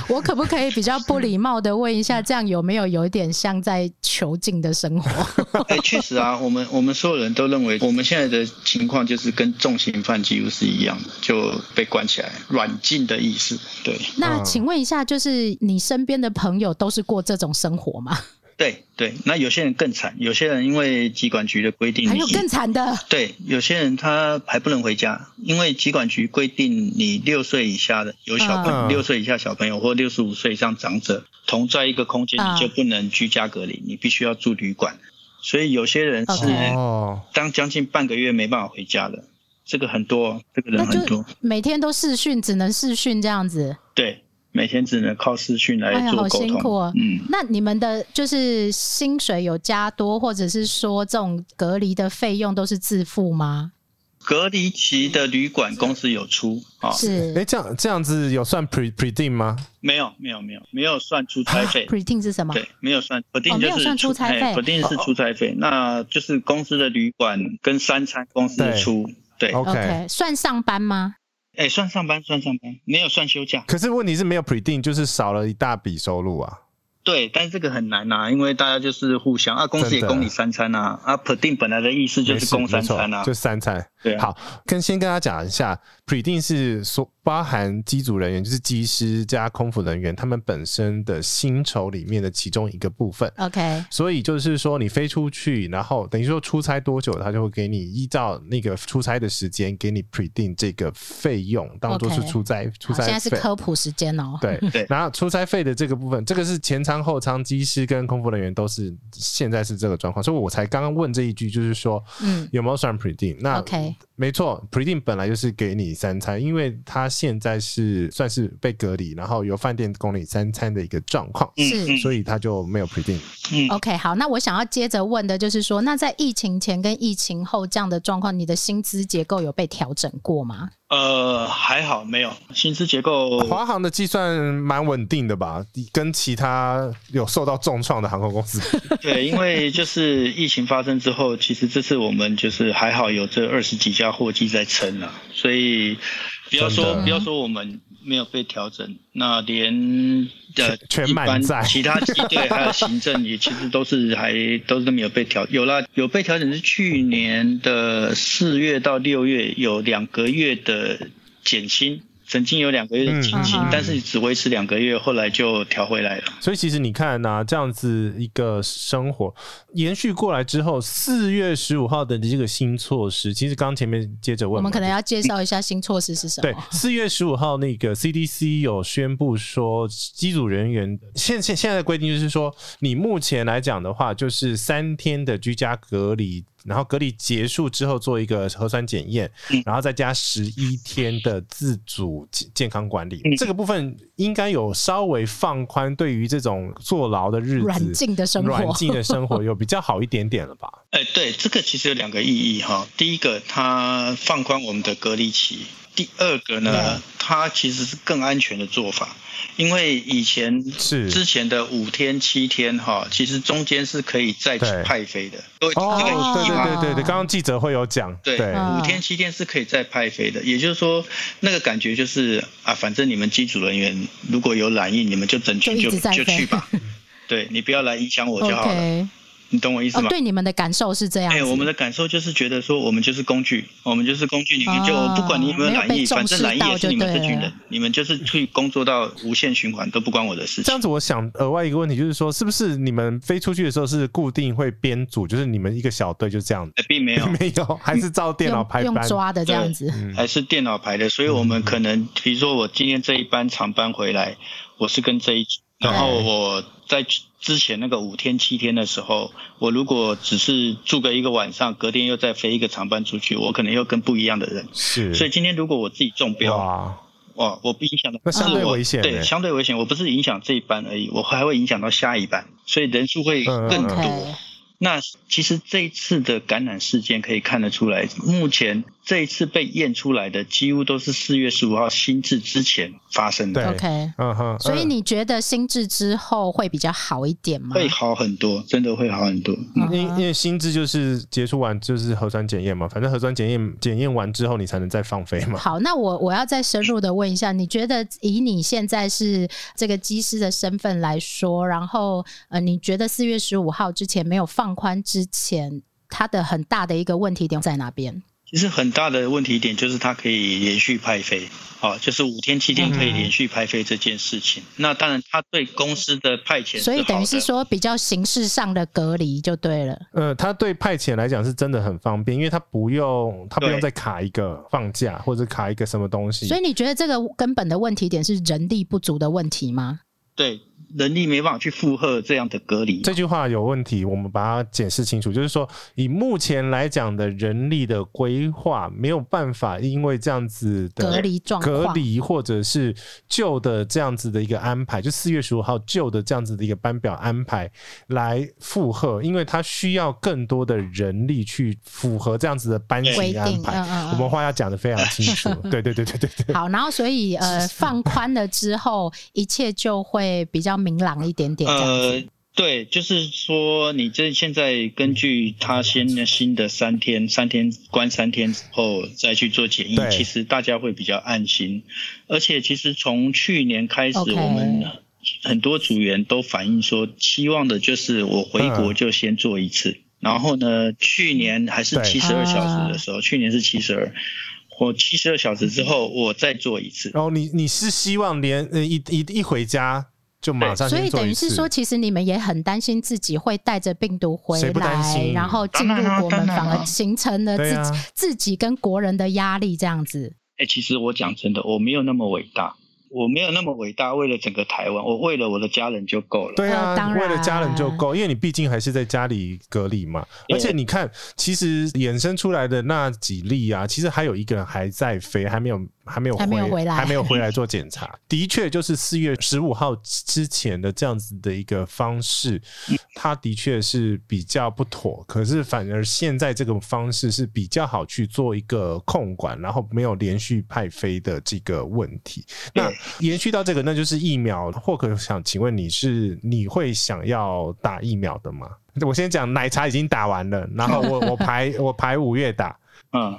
Speaker 2: 我可不可以比较不礼貌的问一下，这样有没有有一点像在囚禁的生活？
Speaker 1: 哎，确实啊，我们我们所有人都认为我们现在的情况就是跟重刑犯几乎是一样的，就被关起来，软禁的意思。对
Speaker 2: 那
Speaker 3: 嗯
Speaker 2: 请问一下，就是你身边的朋友都是过这种生活吗？
Speaker 1: 对对，那有些人更惨，有些人因为机管局的规定，
Speaker 2: 还有
Speaker 1: 你
Speaker 2: 更惨的，
Speaker 1: 对，有些人他还不能回家，因为疾管局规定，你六岁以下的有小朋
Speaker 3: 嗯
Speaker 1: 友，六、岁以下小朋友或六十五岁以上长者同在一个空间，
Speaker 2: 嗯
Speaker 1: 你就不能居家隔离，你必须要住旅馆。所以有些人是
Speaker 2: OK
Speaker 3: 哦，
Speaker 1: 当将近半个月没办法回家的，这个很多，这个
Speaker 2: 那
Speaker 1: 人很
Speaker 2: 就
Speaker 1: 多，
Speaker 2: 每天都视讯，只能视讯这样子。
Speaker 1: 对，每天只能靠视讯
Speaker 2: 哎
Speaker 1: 来
Speaker 2: 呀
Speaker 1: 做
Speaker 2: 好
Speaker 1: 沟
Speaker 2: 辛
Speaker 1: 通。
Speaker 2: 苦哦
Speaker 1: 嗯，
Speaker 2: 那你们的就是薪水有加多，或者是说这种隔离的费用都是自付吗？
Speaker 1: 隔离期的旅馆公司有出啊、
Speaker 3: 哎、
Speaker 2: 是
Speaker 3: 这样这样子有算 pre predict 吗？
Speaker 1: 没有，没有，没有，没有算出差费。
Speaker 2: p r e t i n g 是什么？
Speaker 1: 对，没有算，肯定
Speaker 2: 哦
Speaker 1: 就
Speaker 2: 没
Speaker 1: 是
Speaker 2: 有算出差费
Speaker 1: 肯定
Speaker 3: 哦
Speaker 1: 是出差费，那就是公司的旅馆跟三餐公司
Speaker 3: 对哦
Speaker 1: 出。对，哎、
Speaker 3: OK
Speaker 2: OK，算上班吗？
Speaker 1: 算上班算上班，没有算休假。
Speaker 3: 可是问题是没有 predict，就是少了一大笔收入啊。
Speaker 1: 对，但是这个很难呐、因为大家就是互相啊，公司
Speaker 3: 真
Speaker 1: 也
Speaker 3: 的
Speaker 1: 供你三餐呐、啊，啊，肯定本来的意思就
Speaker 3: 没
Speaker 1: 是
Speaker 3: 事
Speaker 1: 供三餐
Speaker 3: 没
Speaker 1: 呐、
Speaker 3: 错
Speaker 1: 啊
Speaker 3: 就，三餐。
Speaker 1: 对啊，
Speaker 3: 好，跟先跟大家讲一下，predict 是所包含机组人员，就是机师加空服人员，他们本身的薪酬里面的其中一个部分。
Speaker 2: OK，
Speaker 3: 所以就是说，你飞出去，然后等于说出差多久，他就会给你依照那个出差的时间，给你 predict 这个费用，当做是
Speaker 2: OK
Speaker 3: 出差出
Speaker 2: 好，
Speaker 3: 差
Speaker 2: 现在是
Speaker 3: 费。
Speaker 2: 科普时间哦。
Speaker 3: 对
Speaker 1: 对
Speaker 3: 然后出差费的这个部分，这个是前舱、后舱，机师跟空服人员都是现在是这个状况，所以我才刚刚问这一句，就是说
Speaker 2: 嗯
Speaker 3: 有没有算 predict？那
Speaker 2: OK
Speaker 3: 没错，predict 本来就是给你三餐，因为他现在是算是被隔离，然后由饭店供你三餐的一个状况，
Speaker 2: 是
Speaker 1: 嗯嗯
Speaker 3: 所以他就没有 predict。
Speaker 1: 嗯，
Speaker 2: OK，好，那我想要接着问的就是说，那在疫情前跟疫情后这样的状况，你的薪资结构有被调整过吗？
Speaker 1: 呃，还好没有薪资结构。
Speaker 3: 华航的计算蛮稳定的吧，跟其他有受到重创的航空公 司比，
Speaker 1: 对，因为就是疫情发生之后，其实这次我们就是还好有这二十几家货机在撑啊，所以不要
Speaker 3: 真
Speaker 1: 说
Speaker 3: 的
Speaker 1: 不要说我们没有被调整，那连呃
Speaker 3: 全全
Speaker 1: 一
Speaker 3: 满
Speaker 1: 般
Speaker 3: 载
Speaker 1: 其他机队还有行政也其实都是还都是没有被调，有啦有被调整是去年的四月到六月有两个月的减薪。曾经有两个月的减薪，
Speaker 2: 嗯嗯嗯
Speaker 1: 但是只维持两个月，后来就调回来了。
Speaker 3: 所以其实你看呐、这样子一个生活延续过来之后，四月十五号的这个新措施，其实刚前面接着问嘛，
Speaker 2: 我们可能要介绍一下新措施是什
Speaker 3: 对
Speaker 2: 么。
Speaker 3: 四月十五号那个 CDC 有宣布说，机组人员现现现在的规定就是说，你目前来讲的话，就是三天的居家隔离，然后隔离结束之后做一个核酸检验，
Speaker 2: 嗯
Speaker 3: 然后再加十一天的自主健健康管理，
Speaker 1: 嗯
Speaker 3: 这个部分应该有稍微放宽，对于这种坐牢的日子、
Speaker 2: 软禁的生活
Speaker 3: 软禁的生活有比较好一点 点了吧？
Speaker 1: 哎，对，这个其实有两个意义哈。第一个，它放宽我们的隔离期；第二个
Speaker 3: 嗯
Speaker 1: 呢，它其实是更安全的做法，因为以前
Speaker 3: 是
Speaker 1: 之前的五天、七天哈，其实中间是可以再去
Speaker 3: 对
Speaker 1: 派飞的，各位
Speaker 3: 哦，
Speaker 1: 这个
Speaker 3: 对
Speaker 1: 意义
Speaker 3: 对
Speaker 1: 吗
Speaker 3: 对
Speaker 2: 啊
Speaker 3: 对对，刚刚记者会有讲，
Speaker 1: 对
Speaker 3: 对
Speaker 2: 嗯
Speaker 1: 五天七天是可以再派飞的，也就是说，那个感觉就是啊，反正你们机组人员如果有染疫，你们就整群
Speaker 2: 就一
Speaker 1: 就
Speaker 2: 直在
Speaker 1: 就
Speaker 2: 飞
Speaker 1: 去吧，对你不要来影响我就好了。
Speaker 2: OK，
Speaker 1: 你懂我意思
Speaker 2: 哦，
Speaker 1: 吗？
Speaker 2: 对你们的感受是这样子。
Speaker 1: 哎、我们的感受就是觉得说，我们就是工具，我们就是工具，你们就、
Speaker 2: 哦
Speaker 1: 不管你有没有
Speaker 2: 没
Speaker 1: 染
Speaker 2: 有
Speaker 1: 疫，
Speaker 2: 被重
Speaker 1: 反正
Speaker 2: 视
Speaker 1: 染疫
Speaker 2: 到
Speaker 1: 也是
Speaker 2: 就
Speaker 1: 你们这
Speaker 2: 对
Speaker 1: 群
Speaker 2: 了
Speaker 1: 人，你们就是去工作到无限循环，都不关我的事
Speaker 3: 这
Speaker 1: 情
Speaker 3: 样。子，我想额外一个问题就是说，是不是你们飞出去的时候是固定会编组，就是你们一个小队就这样子？
Speaker 1: 哎，并没有，
Speaker 3: 没有，还是照电脑
Speaker 2: 用
Speaker 3: 排
Speaker 2: 用
Speaker 3: 班？
Speaker 2: 抓的这样子，
Speaker 3: 嗯
Speaker 1: 还是电脑排的，所以我们可能，比如说我今天这一班长班回来，我是跟这一组，
Speaker 2: 嗯
Speaker 3: 对
Speaker 1: 然后我在之前那个五天七天的时候，我如果只是住个一个晚上，隔天又再飞一个长班出去，我可能又跟不一样的人。
Speaker 3: 是，
Speaker 1: 所以今天如果我自己中标，
Speaker 3: 哇，
Speaker 1: 哇，我不影响的，
Speaker 3: 那相对
Speaker 1: 是我
Speaker 3: 危险欸
Speaker 1: 对，相对危险，我不是影响这一班而已，我还会影响到下一班，所以人数会
Speaker 3: 嗯
Speaker 1: 更多。
Speaker 2: OK，
Speaker 1: 那其实这一次的感染事件可以看得出来，目前这一次被验出来的几乎都是四月十五号新制之前发生的，
Speaker 3: 对
Speaker 2: OK，
Speaker 3: 嗯哼，
Speaker 2: 所以
Speaker 3: 嗯
Speaker 2: 你觉得心智之后会比较好一点吗？
Speaker 1: 会好很多，真的会好很多。
Speaker 3: 因
Speaker 2: 嗯
Speaker 3: 为因为心智就是结束完就是核酸检验嘛，反正核酸检验检验完之后你才能再放飞 嘛。
Speaker 2: 好，那我我要再深入的问一下，你觉得以你现在是这个机师的身份来说，然后呃，你觉得四月十五号之前没有放宽之前，它的很大的一个问题点在哪边？
Speaker 1: 其实很大的问题点就是它可以连续派飞，啊，就是五天七天可以连续派飞这件事情。那当然，它对公司的派遣是
Speaker 2: 所以等于是
Speaker 1: 好的
Speaker 2: 说比较形式上的隔离就对了。
Speaker 3: 呃，他对派遣来讲是真的很方便，因为他不用他不用再卡一个放假或者卡一个什么东西。
Speaker 2: 所以你觉得这个根本的问题点是人力不足的问题吗？
Speaker 1: 对人力没办法去负荷这样的隔离。
Speaker 3: 这句话有问题，我们把它解释清楚。就是说，以目前来讲的人力的规划，没有办法因为这样子的
Speaker 2: 隔离状况
Speaker 3: 隔离或者是旧的这样子的一个安排，就四月十五号旧的这样子的一个班表安排来负荷，因为它需要更多的人力去符合这样子的班
Speaker 2: 规
Speaker 3: 级
Speaker 2: 定
Speaker 3: 安排
Speaker 2: 嗯嗯嗯。
Speaker 3: 我们话要讲的非常清楚， 对对对对对 对。
Speaker 2: 好，然后所以呃，放宽了之后，一切就会比较明朗一点点这样子。
Speaker 1: 呃，对，就是说你这现在根据他先新的三天，三天关三天之后再去做检疫
Speaker 3: 对，
Speaker 1: 其实大家会比较安心。而且其实从去年开始，
Speaker 2: OK
Speaker 1: 我们很多组员都反映说，期望的就是我回
Speaker 3: 嗯
Speaker 1: 国就先做一次。然后呢，去年还是
Speaker 3: 对
Speaker 1: 七十二小时
Speaker 2: 啊
Speaker 1: 的时候，去年是七十二，我七十二小时之后我再做一次。
Speaker 3: 然后你你是希望连呃一一一回家就马上
Speaker 2: 所
Speaker 3: 先
Speaker 2: 以
Speaker 3: 做
Speaker 2: 等
Speaker 3: 一
Speaker 2: 于
Speaker 3: 次
Speaker 2: 是说，其实你们也很担心自己会带着病毒回
Speaker 3: 谁不担
Speaker 2: 来，
Speaker 3: 心
Speaker 2: 然后进
Speaker 1: 当然
Speaker 2: 入
Speaker 1: 啊
Speaker 2: 国
Speaker 1: 当
Speaker 2: 门，
Speaker 1: 然
Speaker 2: 反
Speaker 1: 啊
Speaker 2: 而形成了自
Speaker 3: 对
Speaker 2: 己、
Speaker 3: 啊
Speaker 2: 自己跟国人的压力这样子。
Speaker 1: 哎、其实我讲真的，我没有那么伟大，我没有那么伟大，为了整个台湾，我为了我的家人就够了。
Speaker 3: 对啊，
Speaker 2: 呃当然
Speaker 3: 为了家人就够，因为你毕竟还是在家里隔离嘛。
Speaker 1: 对
Speaker 3: 而且你看，其实衍生出来的那几例啊，其实还有一个人还在飞，还没有还没有
Speaker 2: 还没有回来
Speaker 3: 还没有回来做检查。的确，就是四月十五号之前的这样子的一个方式，它的确是比较不妥。可是反而现在这种方式是比较好去做一个控管，然后没有连续派飞的这个问题。那
Speaker 1: 对
Speaker 3: 延续到这个，那就是疫苗。霍克想请问你是你会想要打疫苗的吗？我先讲奶茶已经打完了，然后我我排我排五月打，
Speaker 1: 嗯，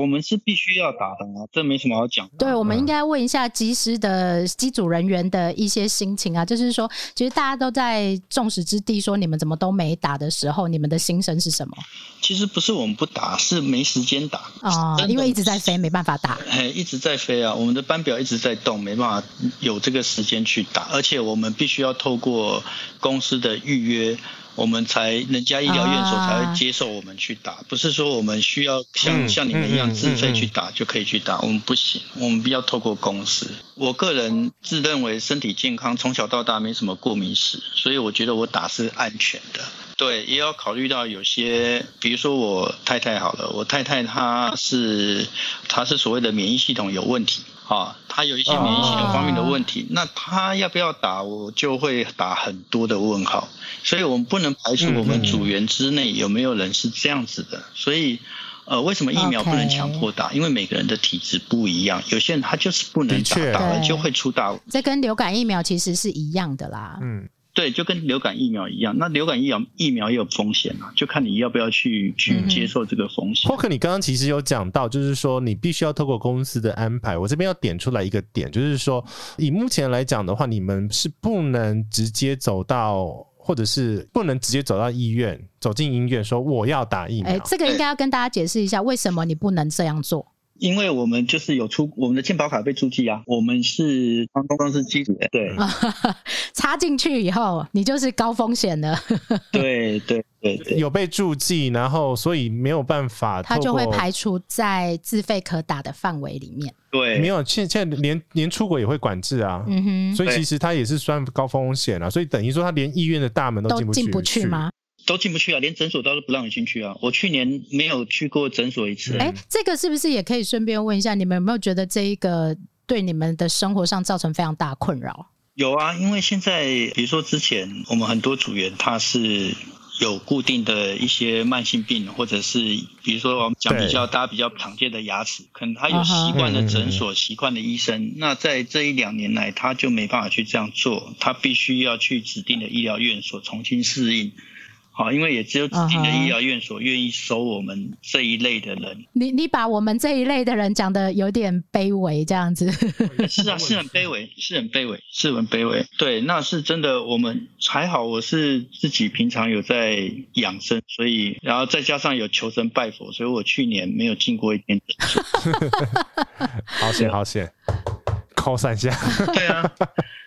Speaker 1: 我们是必须要打的啊，这没什么好讲的。
Speaker 2: 对，我们
Speaker 3: 嗯
Speaker 2: 应该问一下机师的机组人员的一些心情啊，就是说，其实大家都在众矢之的说你们怎么都没打的时候，你们的心声是什么
Speaker 1: 其实不是我们不打，是没时间打
Speaker 2: 啊、
Speaker 1: 真的
Speaker 2: 因为一直在飞，没办法打。
Speaker 1: 哎，一直在飞啊，我们的班表一直在动，没办法有这个时间去打，而且我们必须要透过公司的预约，我们才人家医疗院所才
Speaker 2: 啊
Speaker 1: 会接受我们去打，不是说我们需要像、
Speaker 3: 嗯
Speaker 1: 像你们一
Speaker 3: 嗯嗯
Speaker 1: 样自费
Speaker 3: 嗯
Speaker 1: 去打就可以去打，我们不行，我们必要透过公司。我个人自认为身体健康，从小到大没什么过敏史，所以我觉得我打是安全的。对，也要考虑到有些，比如说我太太好了，我太太她是她是所谓的免疫系统有问题啊，她有一些免疫系统方面的问
Speaker 3: 哦
Speaker 1: 题，那她要不要打，我就会打很多的问号，所以我们不能排除
Speaker 3: 嗯
Speaker 1: 我们组员之内有没有人是这样子的，所以。呃，为什么疫苗不能强迫打因为每个人的体质不一样，有些人他就是不能打
Speaker 3: 的确，
Speaker 1: 打了
Speaker 2: 对
Speaker 1: 就会出大问
Speaker 2: 这跟流感疫苗其实是一样的啦。
Speaker 3: 嗯，
Speaker 1: 对，就跟流感疫苗一样，那流感疫苗疫苗也有风险啊，就看你要不要去去
Speaker 2: 嗯
Speaker 1: 接受这个风险。
Speaker 3: 霍克，你刚刚其实有讲到，就是说你必须要透过公司的安排。我这边要点出来一个点，就是说以目前来讲的话，你们是不能直接走到或者是不能直接走到医院，走进医院说我要打疫苗。
Speaker 2: 哎，这个应该要跟大家解释一下，为什么你不能这样做？
Speaker 1: 因为我们就是有出我们的健保卡被出记啊，我们是航空公司机组的，对
Speaker 2: 插进去以后，你就是高风险 的，
Speaker 1: 对对对对，
Speaker 3: 有被注记，然后所以没有办法，
Speaker 2: 它就会排除在自费可打的范围里面。
Speaker 1: 对，
Speaker 3: 没有，现现在连连出国也会管制啊，
Speaker 2: 嗯哼，
Speaker 3: 所以其实它也是算高风险啊，所以等于说它连医院的大门都进
Speaker 2: 都
Speaker 3: 不
Speaker 2: 进不去吗？
Speaker 1: 都进不去啊，连诊所都不让你进去啊。我去年没有去过诊所一次，
Speaker 2: 哎、这个是不是也可以顺便问一下，你们有没有觉得这一个对你们的生活上造成非常大的困扰？
Speaker 1: 有啊，因为现在比如说之前我们很多组员他是有固定的一些慢性病，或者是比如说我们讲
Speaker 3: 对
Speaker 1: 比较大家比较常见的牙齿，可能他有
Speaker 2: 啊哈
Speaker 1: 习惯的
Speaker 3: 嗯嗯嗯
Speaker 1: 诊所、习惯的医生。那在这一两年来，他就没办法去这样做，他必须要去指定的医疗院所重新适应。好，因为也只有指定的
Speaker 2: 啊哈
Speaker 1: 医疗院所愿意收我们这一类的人。
Speaker 2: 你你把我们这一类的人讲的有点卑微，这样子，
Speaker 1: 是啊，是很卑微，是很卑微，是很卑微。对，那是真的。我们还好，我是自己平常有在养生，所以然后再加上有求神拜佛，所以我去年没有进过一 天。
Speaker 3: 好险好险，扣三下，
Speaker 1: 对啊，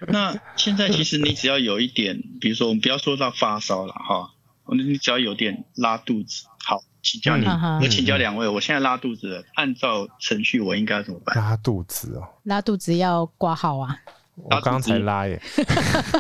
Speaker 1: 那现在其实你只要有一点，比如说我们不要说到发烧了哈，你只要有点拉肚子，好，请教你，
Speaker 2: 嗯哼
Speaker 1: 我请教两位，我现在拉肚子了，按照程序我应该怎么办？
Speaker 3: 拉肚子哦，
Speaker 2: 拉肚子要挂号啊。
Speaker 3: 我刚刚才拉耶，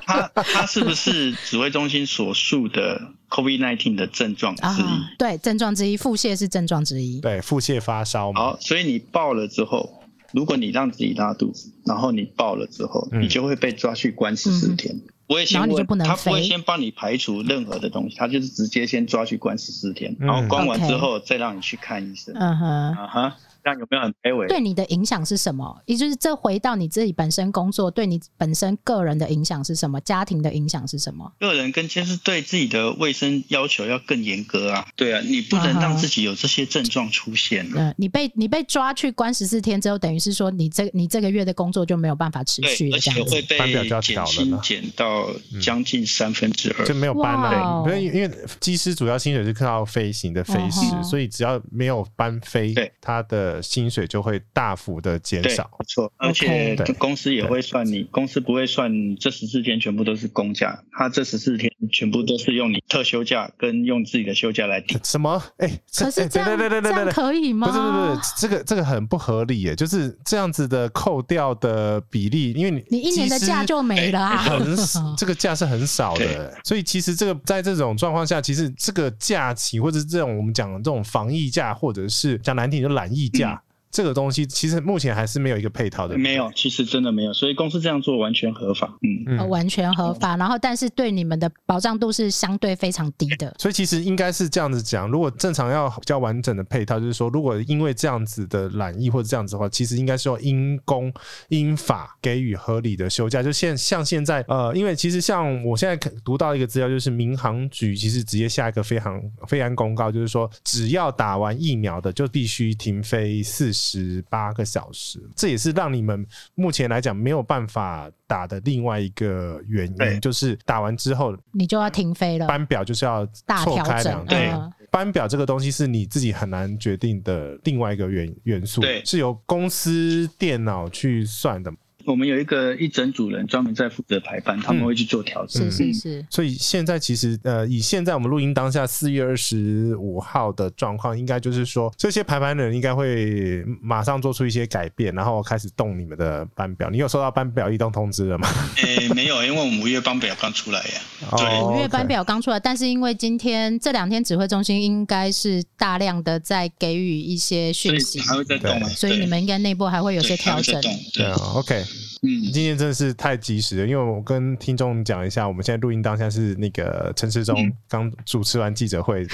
Speaker 1: 它它是不是指挥中心所述的 COVID-19 的症状之一？
Speaker 2: 啊，对，症状之一，腹泻是症状之一。
Speaker 3: 对，腹泻发烧嘛，
Speaker 1: 好，所以你爆了之后，如果你让自己拉肚子，然后你爆了之后，
Speaker 3: 嗯
Speaker 1: 你就会被抓去关十四天。我也先
Speaker 2: 嗯然后你
Speaker 1: 问
Speaker 2: 就不能
Speaker 1: 他不会
Speaker 2: 飞
Speaker 1: 先帮你排除任何的东西，他就是直接先抓去关十四天，
Speaker 3: 嗯
Speaker 1: 然后关完
Speaker 2: OK
Speaker 1: 之后再让你去看医生。
Speaker 2: 嗯哼，
Speaker 1: 啊哈，这样有没有很卑微？
Speaker 2: 对你的影响是什么？也就是这回到你自己本身工作，对你本身个人的影响是什么？家庭的影响是什么？
Speaker 1: 个人跟其实对自己的卫生要求要更严格啊。对啊，你不能
Speaker 2: 啊哈
Speaker 1: 让自己有这些症状出现啊。
Speaker 2: 嗯、你被你被抓去关十四天之后，等于是说你这你这个月的工作就没有办法持续
Speaker 1: 对，
Speaker 2: 了，
Speaker 1: 而
Speaker 2: 这
Speaker 1: 且
Speaker 2: 样
Speaker 1: 会
Speaker 2: 子。
Speaker 1: 被
Speaker 3: 班表就要
Speaker 1: 减
Speaker 3: 调了
Speaker 1: 薪
Speaker 3: 呢嗯
Speaker 1: 减到将近三分之二
Speaker 3: 就。没有班
Speaker 2: 哇
Speaker 3: 了
Speaker 2: 哦，
Speaker 3: 因为因为机师主要薪水是靠飞行的飞时
Speaker 2: 嗯，哼
Speaker 3: 所以只要没有班飞
Speaker 1: 对，
Speaker 3: 他的薪水就会大幅的减
Speaker 1: 对，
Speaker 3: 少。
Speaker 1: 没错，
Speaker 2: OK
Speaker 1: 而且
Speaker 3: 对
Speaker 1: 公司也会算你，公司不会算这十四天全部都是公假，他这十四天全部都是用你特休假跟用自己的休假来抵。
Speaker 3: 什么？哎，
Speaker 2: 可是
Speaker 3: 哎
Speaker 2: 这样、
Speaker 3: 对对
Speaker 2: 这
Speaker 3: 对对
Speaker 2: 样
Speaker 3: 对对，
Speaker 2: 可以吗？
Speaker 3: 不是不是不是，这个这个很不合理耶，就是这样子的扣掉的比例，因为你
Speaker 2: 你一年的
Speaker 3: 其实
Speaker 2: 假就没了啊！
Speaker 3: 很少这个假是很少
Speaker 1: 对
Speaker 3: 的，所以其实这个在这种状况下，其实这个假期或者是这种我们讲的这种防疫假，或者是讲难听就懒疫假。这个东西其实目前还是没有一个配套的，
Speaker 1: 嗯没有，其实真的没有，所以公司这样做完全合法。嗯，
Speaker 2: 呃
Speaker 3: 嗯
Speaker 2: 完全合法，然后但是对你们的保障度是相对非常低的。
Speaker 3: 所以其实应该是这样子讲，如果正常要比较完整的配套，就是说，如果因为这样子的懒意或者这样子的话，其实应该是要因公因法给予合理的休假。就现像现在呃，因为其实像我现在看读到一个资料，就是民航局其实直接下一个飞航飞安公告，就是说只要打完疫苗的就必须停飞四十八个小时，这也是让你们目前来讲没有办法打的另外一个原
Speaker 1: 对
Speaker 3: 因，就是打完之后
Speaker 2: 你就要停飞了，
Speaker 3: 班表就是要
Speaker 2: 大
Speaker 3: 错
Speaker 2: 调
Speaker 3: 开
Speaker 2: 整
Speaker 3: 两。
Speaker 1: 对
Speaker 3: 段。
Speaker 2: 嗯
Speaker 3: 班表这个东西是你自己很难决定的另外一个元元素，
Speaker 1: 对
Speaker 3: 是由公司电脑去算的。
Speaker 1: 我们有一个一整组人专门在负责排班，他
Speaker 2: 嗯
Speaker 1: 们会去做调整。
Speaker 2: 是是
Speaker 1: 嗯
Speaker 2: 是，
Speaker 3: 所以现在其实呃，以现在我们录音当下四月二十五号的状况，应该就是说这些排班人应该会马上做出一些改变，然后开始动你们的班表。你有收到班表异动通知了吗？
Speaker 1: 诶、没有，因为我们五月班表刚出来呀。对
Speaker 2: 五
Speaker 3: 哦
Speaker 2: 月
Speaker 3: OK
Speaker 2: 班表刚出来，但是因为今天这两天指挥中心应该是大量的在给予一些
Speaker 1: 所
Speaker 2: 讯
Speaker 1: 以
Speaker 2: 息，
Speaker 1: 还会再动嘛？
Speaker 2: 所以你们应该内部还会有
Speaker 1: 有
Speaker 2: 些调整。
Speaker 1: 动，
Speaker 3: 对
Speaker 1: 对
Speaker 3: 啊，，OK，
Speaker 1: 嗯，
Speaker 3: 今天真的是太及时了，因为我跟听众讲一下，我们现在录音当下是那个陈世
Speaker 2: 嗯
Speaker 3: 忠刚主持完记者 会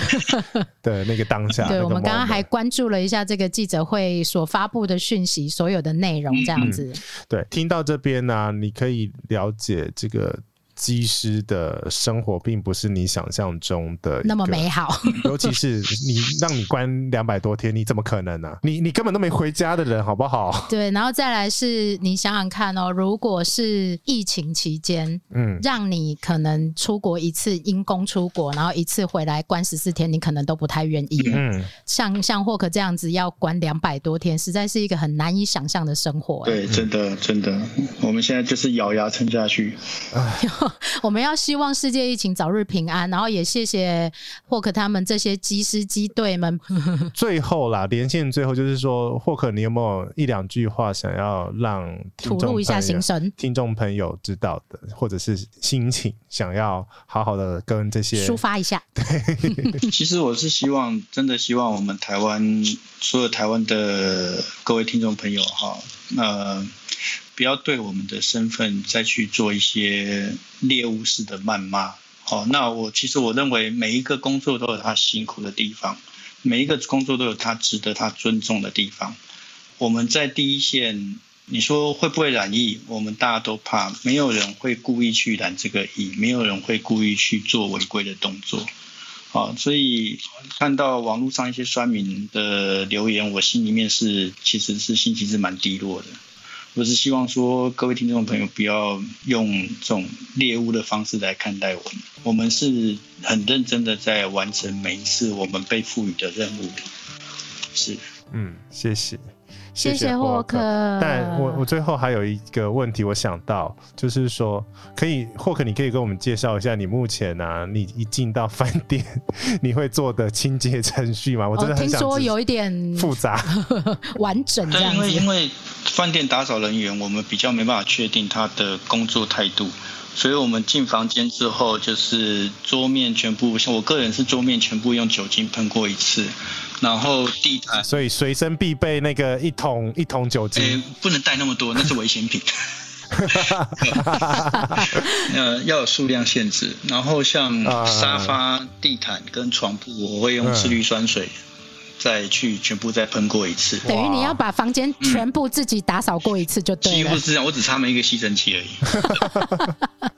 Speaker 3: 的那个当下。那
Speaker 2: 对，
Speaker 3: 个
Speaker 2: 我们刚刚
Speaker 3: moment
Speaker 2: 还关注了一下这个记者会所发布的讯息，所
Speaker 3: 嗯
Speaker 2: 有的内容这样子。
Speaker 3: 啊对听到这边呢、你可以了解这个。机师的生活并不是你想象中的
Speaker 2: 那么美
Speaker 3: 好，
Speaker 2: 好。
Speaker 3: 尤其是你让你关两百多天，你怎么可能呢、啊你你根本都没回家的人，好不 好？
Speaker 2: 对，然后再来是你想想看哦，如果是疫情期间，
Speaker 3: 嗯，
Speaker 2: 让你可能出国一次，因公出国，然后一次回来关十四天，你可能都不太愿意了。
Speaker 3: 嗯，
Speaker 2: 像像霍克这样子要关两百多天，实在是一个很难以想象的生活、欸。
Speaker 1: 对，真的真的，我们现在就是咬牙撑下去。
Speaker 2: 我们要希望世界疫情早日平安，然后也谢谢霍克他们这些机师机队们。
Speaker 3: 最后啦，连线最后就是说，霍克，你有没有一两句话想要让听
Speaker 2: 吐
Speaker 3: 众
Speaker 2: 露一下
Speaker 3: 朋友
Speaker 2: 心声
Speaker 3: 听众朋友知道的，或者是心情，想要好好的跟这些
Speaker 2: 抒发一下，
Speaker 1: 其实我是希望，真的希望我们台湾所有台湾的各位听众朋友哈，呃，不要对我们的身份再去做一些猎物式的谩骂。好，那我其实我认为每一个工作都有它辛苦的地方，每一个工作都有它值得它尊重的地方。我们在第一线，你说会不会染疫？我们大家都怕，没有人会故意去染这个疫，没有人会故意去做违规的动作。好，啊所以看到网络上一些酸民的留言，我心里面是其实是心情是蛮低落的。我是希望说，各位听众朋友不要用这种猎物的方式来看待我们，我们是很认真的在完成每一次我们被赋予的任务。是，
Speaker 3: 嗯，谢谢，
Speaker 2: 谢
Speaker 3: 霍
Speaker 2: 霍克。
Speaker 3: 但我我最后还有一个问题，我想到就是说，可以霍克，你可以跟我们介绍一下你目前啊，你一进到饭店你会做的清洁程序吗？我真的
Speaker 2: 哦、
Speaker 3: 很
Speaker 2: 听
Speaker 3: 想
Speaker 2: 说
Speaker 3: 知
Speaker 2: 有一点
Speaker 3: 复杂，
Speaker 2: 完整这
Speaker 1: 但
Speaker 2: 样
Speaker 1: 因为因
Speaker 2: 子，
Speaker 1: 为饭店打扫人员，我们比较没办法确定他的工作态度，所以我们进房间之后，就是桌面全部，像我个人是桌面全部用酒精喷过一次，然后地毯，
Speaker 3: 所以随身必备那个一桶一桶酒
Speaker 1: 诶、
Speaker 3: 精。
Speaker 1: 不能带那么多，那是危险品。 呃，要有数量限制。然后像
Speaker 3: 啊
Speaker 1: 沙发、地毯跟床铺，我会用次氯酸水再去全部再喷过一次。
Speaker 2: 等于你要把房间全部自己打扫过一次就
Speaker 1: 嗯
Speaker 2: 对啊
Speaker 1: 几
Speaker 2: 了
Speaker 1: 乎。是这样，我只差没一个吸尘器而已。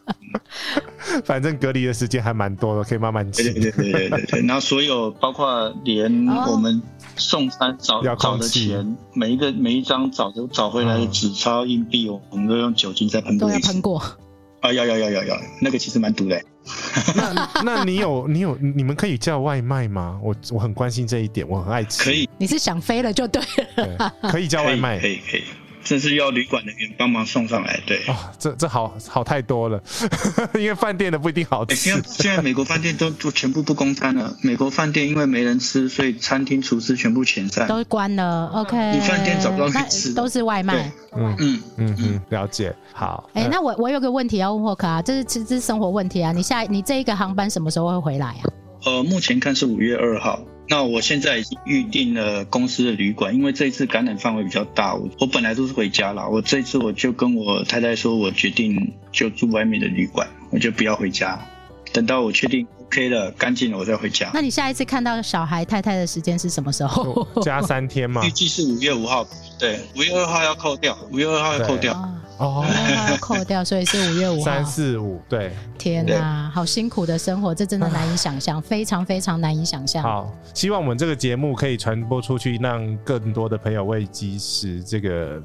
Speaker 3: 反正隔离的时间还蛮多的，可以慢慢
Speaker 1: 对
Speaker 3: 清。
Speaker 1: 对对对对对， 然后所有包括连
Speaker 2: 哦
Speaker 1: 我们送餐找
Speaker 3: 遥控
Speaker 1: 找的
Speaker 3: 器
Speaker 1: 钱，每一个每一张找的找回来的
Speaker 3: 嗯
Speaker 1: 纸钞硬币，我我们都用酒精再喷
Speaker 2: 都
Speaker 1: 过
Speaker 2: 要
Speaker 1: 一次
Speaker 2: 喷。过，
Speaker 1: 啊，要要要要要，那个其实蛮毒的欸。
Speaker 3: 那那你有你有你们可以叫外卖吗？我我很关心这一点，我很爱吃。
Speaker 1: 可以
Speaker 2: 你是想飞了就对了。
Speaker 3: 对，可以叫
Speaker 1: 可
Speaker 3: 外
Speaker 1: 以
Speaker 3: 卖
Speaker 1: 可。以可以，这是要旅馆人员帮忙送上来。对，
Speaker 3: 啊、这这好好太多了， 因为饭店的不一定好
Speaker 1: 欸
Speaker 3: 吃
Speaker 1: 现。在现在美国饭店都都全部不供餐了。美国饭店因为没人吃，所以餐厅厨师全部遣散。
Speaker 2: 都关了，OK。
Speaker 1: 你饭店找不到可以
Speaker 2: 那
Speaker 1: 吃的
Speaker 2: 都是外卖
Speaker 1: 对。
Speaker 3: 嗯
Speaker 1: 嗯，
Speaker 3: 嗯嗯，了解。好，
Speaker 2: 哎、
Speaker 3: 呃
Speaker 2: 那我我有个问题要问霍克啊，这是这是生活问题啊。你下你这一个航班什么时候会回来啊？
Speaker 3: 嗯
Speaker 1: 呃，目前看是五月二号。那我现在已经预定了公司的旅馆，因为这一次感染范围比较大，我我本来都是回家啦。我这次我就跟我太太说，我决定就住外面的旅馆，我就不要回家。等到我确定 OK 了，干净了，我再回家。
Speaker 2: 那你下一次看到小孩太太的时间是什么时候？
Speaker 3: 就加三天嘛
Speaker 1: 预。计是五月五号，对，五月二号要扣掉，五月二号要扣掉。
Speaker 2: 啊，
Speaker 3: 哦
Speaker 2: 五，月号要扣掉，所以是五月五号。
Speaker 3: 三四五，对，
Speaker 2: 天哪、好辛苦的生活，这真的难以想象，非常非常难以想象。
Speaker 3: 好，希望我们这个节目可以传播出去，让更多的朋友为及时这个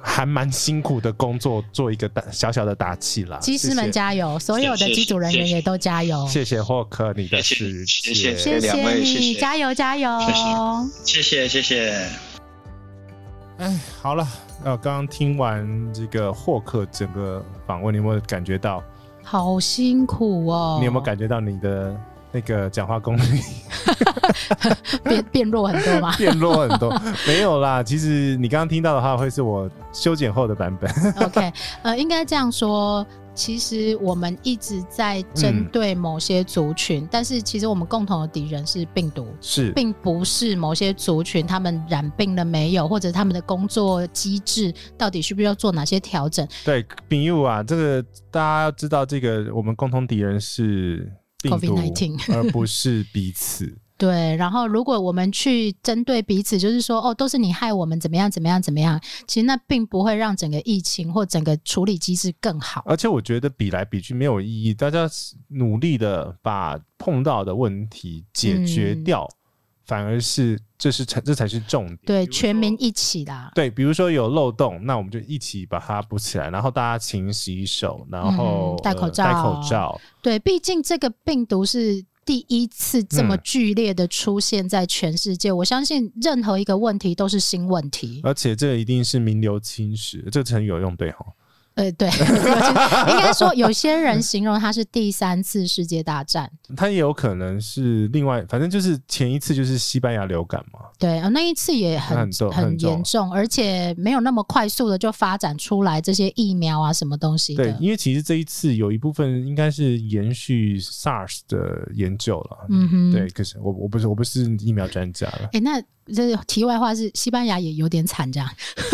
Speaker 3: 还蛮辛苦的工作做一个打小小的打气啦。
Speaker 2: 机师们
Speaker 3: 谢谢，
Speaker 2: 加油，所有的机组人员也都加油，
Speaker 3: 谢谢霍克你的时
Speaker 1: 谢
Speaker 3: 间
Speaker 1: 谢
Speaker 2: 谢
Speaker 1: 两
Speaker 2: 谢
Speaker 1: 位
Speaker 2: 你，
Speaker 1: 谢谢
Speaker 2: 加油加油！
Speaker 1: 谢谢谢，谢谢。
Speaker 3: 哎，好了，呃，刚刚听完这个霍克整个访问，你有没有感觉到？
Speaker 2: 好辛苦哦，
Speaker 3: 你有没有感觉到你的那个讲话功力？
Speaker 2: 变变弱很多吗
Speaker 3: 变弱很多？没有啦，其实你刚刚听到的话，会是我修剪后的版本。
Speaker 2: OK，呃，应该这样说。其实我们一直在
Speaker 3: 嗯
Speaker 2: 针对某些族群，但是其实我们共同的敌人是病毒，
Speaker 3: 是，
Speaker 2: 并不是某些族群他们染病了没有，或者他们的工作机制到底需不需要做哪些调整？
Speaker 3: 对，丙佑啊，这个大家要知道，这个我们共同敌人是病毒
Speaker 2: COVID-19
Speaker 3: 而不是彼此。
Speaker 2: 对，然后如果我们去针对彼此，就是说哦，都是你害我们怎么样怎么样怎么样，其实那并不会让整个疫情或整个处理机制更好。
Speaker 3: 而且我觉得比来比去没有意义，大家努力的把碰到的问题解决
Speaker 2: 嗯
Speaker 3: 掉，反而是这是才这才是重点。
Speaker 2: 对，
Speaker 3: 比如
Speaker 2: 全
Speaker 3: 说
Speaker 2: 民一起啦。
Speaker 3: 对，比如说有漏洞，那我们就一起把它补起来，然后大家勤洗手，然后、呃
Speaker 2: 嗯戴口罩
Speaker 3: 戴口罩。
Speaker 2: 对，毕竟这个病毒是第一次这么
Speaker 3: 嗯
Speaker 2: 剧烈的出现在全世界，我相信任何一个问题都是新问题。
Speaker 3: 而且这个一定是名留青史，这个成语有用对哈？
Speaker 2: 呃，对， 应该说有些人形容它是第三次世界大战。
Speaker 3: 它也有可能是另外，反正就是前一次就是西班牙流感嘛，
Speaker 2: 对，呃那一次也很
Speaker 3: 很重很重
Speaker 2: 严重，而且没有那么快速的就发展出来这些疫苗啊，什么东西
Speaker 3: 对
Speaker 2: 的，。
Speaker 3: 因为其实这一次有一部分应该是延续 SARS 的研究了，
Speaker 2: 嗯哼，，
Speaker 3: 对，。可是我我不是我不是疫苗专家了
Speaker 2: 哎、那这题外话是，西班牙也有点惨，这样。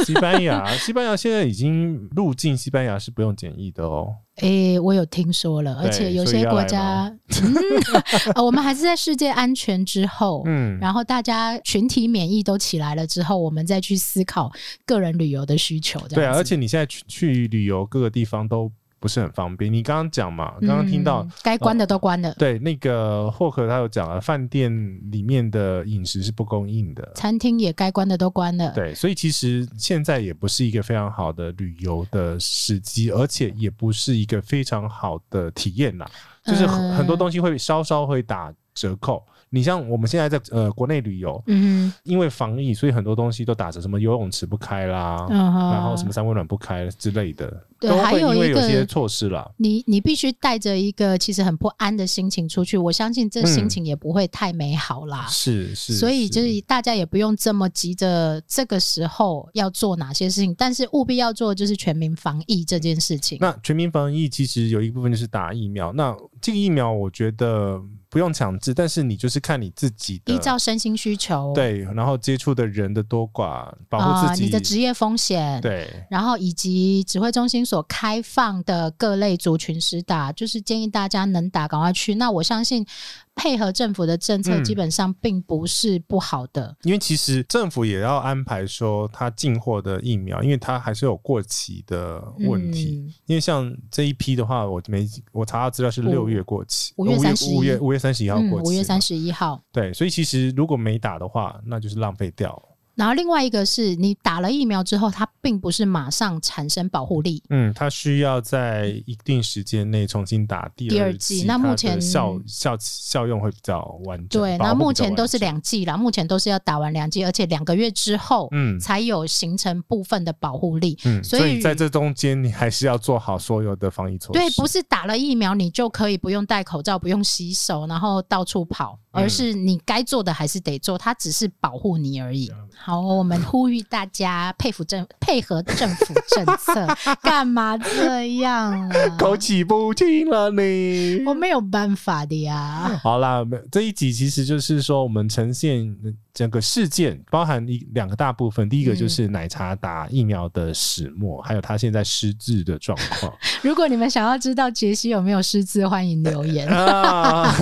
Speaker 3: 西班牙西班牙现在已经入境西班牙是不用检疫的哦，
Speaker 2: 诶、我有听说了，而
Speaker 3: 对
Speaker 2: 且有
Speaker 3: 所以
Speaker 2: 些
Speaker 3: 要
Speaker 2: 国
Speaker 3: 来
Speaker 2: 家
Speaker 3: 吗，
Speaker 2: 嗯、呃我们还是在世界安全之后，
Speaker 3: 嗯，
Speaker 2: 然后大家群体免疫都起来了之后，我们再去思考个人旅游的需求。这
Speaker 3: 对
Speaker 2: 样
Speaker 3: 啊，
Speaker 2: 子
Speaker 3: 而且你现在去去旅游各个地方都不是很方便。你刚刚讲嘛，
Speaker 2: 嗯
Speaker 3: 刚刚听到、
Speaker 2: 该关的都关了，
Speaker 3: 对那个霍克他有讲了，饭店里面的饮食是不供应的。
Speaker 2: 餐厅也该关的都关了。
Speaker 3: 对，所以其实现在也不是一个非常好的旅游的时机，而且也不是一个非常好的体验啦。就是很,、很多
Speaker 2: 嗯
Speaker 3: 东西会稍稍会打折扣。你像我们现在在呃国内旅游，
Speaker 2: 嗯
Speaker 3: 因为防疫，所以很多东西都打折，什么游泳池不开啦，
Speaker 2: 哼，嗯哼，
Speaker 3: 哦然后什么三温暖不开之类的，
Speaker 2: 对
Speaker 3: 都会
Speaker 2: 还有
Speaker 3: 因为
Speaker 2: 一
Speaker 3: 有
Speaker 2: 个
Speaker 3: 些措施啦。
Speaker 2: 你你必须带着一个其实很不安的心情出去，我相信这心
Speaker 3: 嗯
Speaker 2: 情也不会太美好啦。
Speaker 3: 是是，
Speaker 2: 所以就是大家也不用这么急着这个时候要做哪些事情，但是务必要做的就是全民防疫这件事情。
Speaker 3: 那全民防疫其实有一部分就是打疫苗。那这个疫苗我觉得不用强制，但是你就是看你自己的
Speaker 2: 依照身心需求，
Speaker 3: 呃对，然后接触的人的多寡，保护
Speaker 2: 哦啊、
Speaker 3: 自己、
Speaker 2: 你的职业风险，
Speaker 3: 对。
Speaker 2: 然后以及指挥中心所开放的各类族群施打，就是建议大家能打赶快去。那我相信配合政府的政策，
Speaker 3: 嗯
Speaker 2: 基本上并不是不好的。
Speaker 3: 因为其实政府也要安排说他进货的疫苗，因为它还是有过期的问题。
Speaker 2: 嗯
Speaker 3: 因为像这一批的话，我没我查到资料是
Speaker 2: 五
Speaker 3: 六月过期，
Speaker 2: 五月
Speaker 3: 呃
Speaker 2: 31
Speaker 3: 五月五月三十一号
Speaker 2: 嗯，
Speaker 3: 过期嘛，
Speaker 2: 五月三十一号。
Speaker 3: 对，所以其实如果没打的话，那就是浪费掉。
Speaker 2: 然后另外一个是你打了疫苗之后，它并不是马上产生保护力。
Speaker 3: 嗯，它需要在一定时间内重新打第
Speaker 2: 第二
Speaker 3: 剂，
Speaker 2: 剂那目
Speaker 3: 它的
Speaker 2: 前
Speaker 3: 效效效用会比较完整。
Speaker 2: 对，
Speaker 3: 保
Speaker 2: 那
Speaker 3: 护
Speaker 2: 目
Speaker 3: 比较
Speaker 2: 前
Speaker 3: 完
Speaker 2: 都是
Speaker 3: 整
Speaker 2: 两剂啦，目前都是要打完两剂，而且两个月之后，
Speaker 3: 嗯
Speaker 2: 才有形成部分的保护力。
Speaker 3: 嗯，
Speaker 2: 所
Speaker 3: 所
Speaker 2: 以
Speaker 3: 在这中间你还是要做好所有的防疫措施。
Speaker 2: 对，不是打了疫苗你就可以不用戴口罩、不用洗手，然后到处跑，
Speaker 3: 嗯
Speaker 2: 而是你该做的还是得做，它只是保护你而已。好，哦我们呼吁大家佩服政配合政府政 策，干嘛这样啊？哦
Speaker 3: 口齿不清了你。
Speaker 2: 我没有办法的呀。
Speaker 3: 好啦，没这一集其实就是说，我们呈现整个事件，包含一两个大部分。第一个
Speaker 2: 嗯
Speaker 3: 就是奶茶打疫苗的始末，还有他现在失智的状 况
Speaker 2: 如果你们想要知道杰西有没有失智，欢迎留言。
Speaker 3: 啊。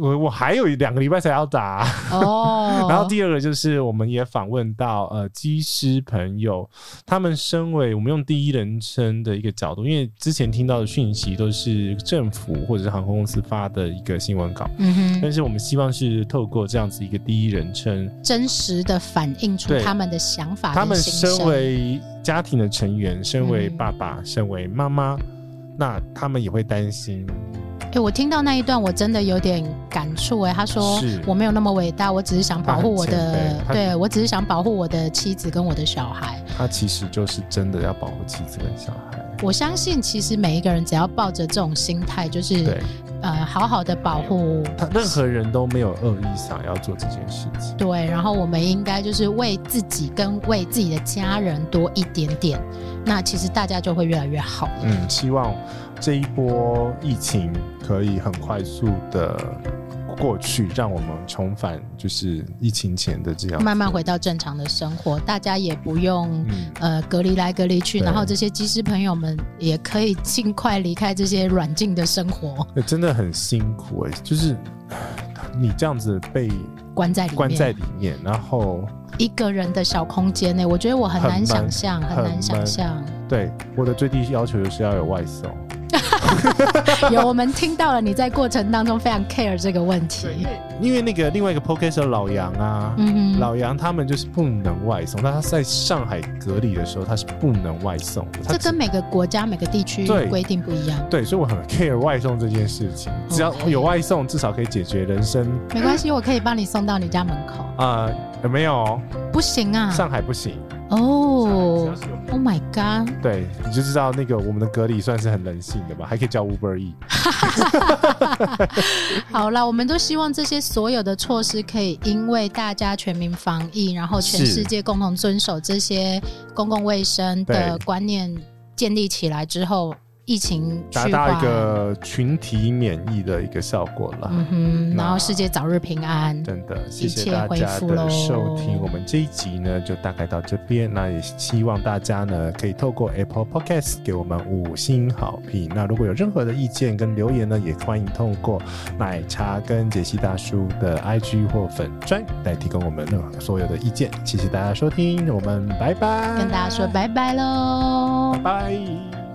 Speaker 3: 我我还有两个礼拜才要打，
Speaker 2: 哦，
Speaker 3: 然后第二个就是，我们也访问到呃机师朋友，他们身为我们用第一人称的一个角度，因为之前听到的讯息都是政府或者是航空公司发的一个新闻稿，
Speaker 2: 嗯哼，
Speaker 3: 但是我们希望是透过这样子一个第一人称，
Speaker 2: 真实的反映出
Speaker 3: 对
Speaker 2: 他们的想法
Speaker 3: 他
Speaker 2: 跟
Speaker 3: 们
Speaker 2: 心声。
Speaker 3: 身为家庭的成员，身为
Speaker 2: 嗯
Speaker 3: 爸爸，身为妈妈，那他们也会担心，
Speaker 2: 哎、我听到那一段，我真的有点感触哎、他说
Speaker 3: 是
Speaker 2: 我没有那么伟大，我只是想保护我
Speaker 3: 他很
Speaker 2: 的
Speaker 3: 谦，卑他
Speaker 2: 对我只是想保护我的妻子跟我的小孩。
Speaker 3: 他其实就是真的要保护妻子跟小孩，
Speaker 2: 我相信，其实每一个人只要抱着这种心态，就是
Speaker 3: 对
Speaker 2: 呃，好好的保护。
Speaker 3: 他任何人都没有恶意想要做这件事情。
Speaker 2: 对，然后我们应该就是为自己跟为自己的家人多一点点，那其实大家就会越来越好。
Speaker 3: 嗯，希望这一波疫情可以很快速的过去，让我们重返就是疫情前的这样子
Speaker 2: 慢慢回。到正常的生活，大家也不用
Speaker 3: 嗯，
Speaker 2: 呃隔离来隔离去，
Speaker 3: 对
Speaker 2: 然后这些机师朋友们也可以尽快离开这些软禁的生活。
Speaker 3: 欸那真的很辛苦哎、就是唉 你这样子被
Speaker 2: 关在里面，
Speaker 3: 关在里面，然后
Speaker 2: 一个人的小空间内，欸我觉得我很
Speaker 3: 很
Speaker 2: 难
Speaker 3: 闷
Speaker 2: 想象，很
Speaker 3: 很
Speaker 2: 难想
Speaker 3: 闷
Speaker 2: 象。
Speaker 3: 对我的最低要求就是要有外送。
Speaker 2: 有，我们听到了你在过程当中非常 care 这个问题。
Speaker 3: 因为那个另外一个 podcast 的老杨啊，
Speaker 2: 嗯哼，
Speaker 3: 老杨他们就是不能外送，但他在上海隔离的时候他是不能外送的，他
Speaker 2: 这
Speaker 3: 只
Speaker 2: 跟每个国家、每个地区
Speaker 3: 对
Speaker 2: 规定不一样。
Speaker 3: 对，所以我很 care 外送这件事情，只要
Speaker 2: OK
Speaker 3: 有外送，至少可以解决人生
Speaker 2: 没关系，我可以帮你送到你家门口。
Speaker 3: 啊、有没有哦？
Speaker 2: 不行啊！
Speaker 3: 上海不行，
Speaker 2: 哦，Oh my god！
Speaker 3: 对，你就知道那个我们的隔离算是很人性的吧，还可以叫 Uber E。
Speaker 2: 好啦，我们都希望这些所有的措施可以因为大家全民防疫，然后全
Speaker 3: 是
Speaker 2: 世界共同遵守这些公共卫生的
Speaker 3: 对
Speaker 2: 观念建立起来之后，疫情去
Speaker 3: 达
Speaker 2: 化。
Speaker 3: 到一个群体免疫的一个效果啦。
Speaker 2: 嗯哼，
Speaker 3: 那
Speaker 2: 然后世界早日平安。
Speaker 3: 真的，谢
Speaker 2: 一
Speaker 3: 谢
Speaker 2: 切
Speaker 3: 大家
Speaker 2: 恢复咯
Speaker 3: 的收听。我们这一集呢，就大概到这边。那也希望大家呢，可以透过 Apple Podcast 给我们五星好评。那如果有任何的意见跟留言呢，也欢迎透过奶茶跟杰西大叔的 IG 或粉专来提供我们任何所有的意见。谢谢大家收听，我们拜拜，
Speaker 2: 跟大家说拜拜喽，
Speaker 3: 拜拜。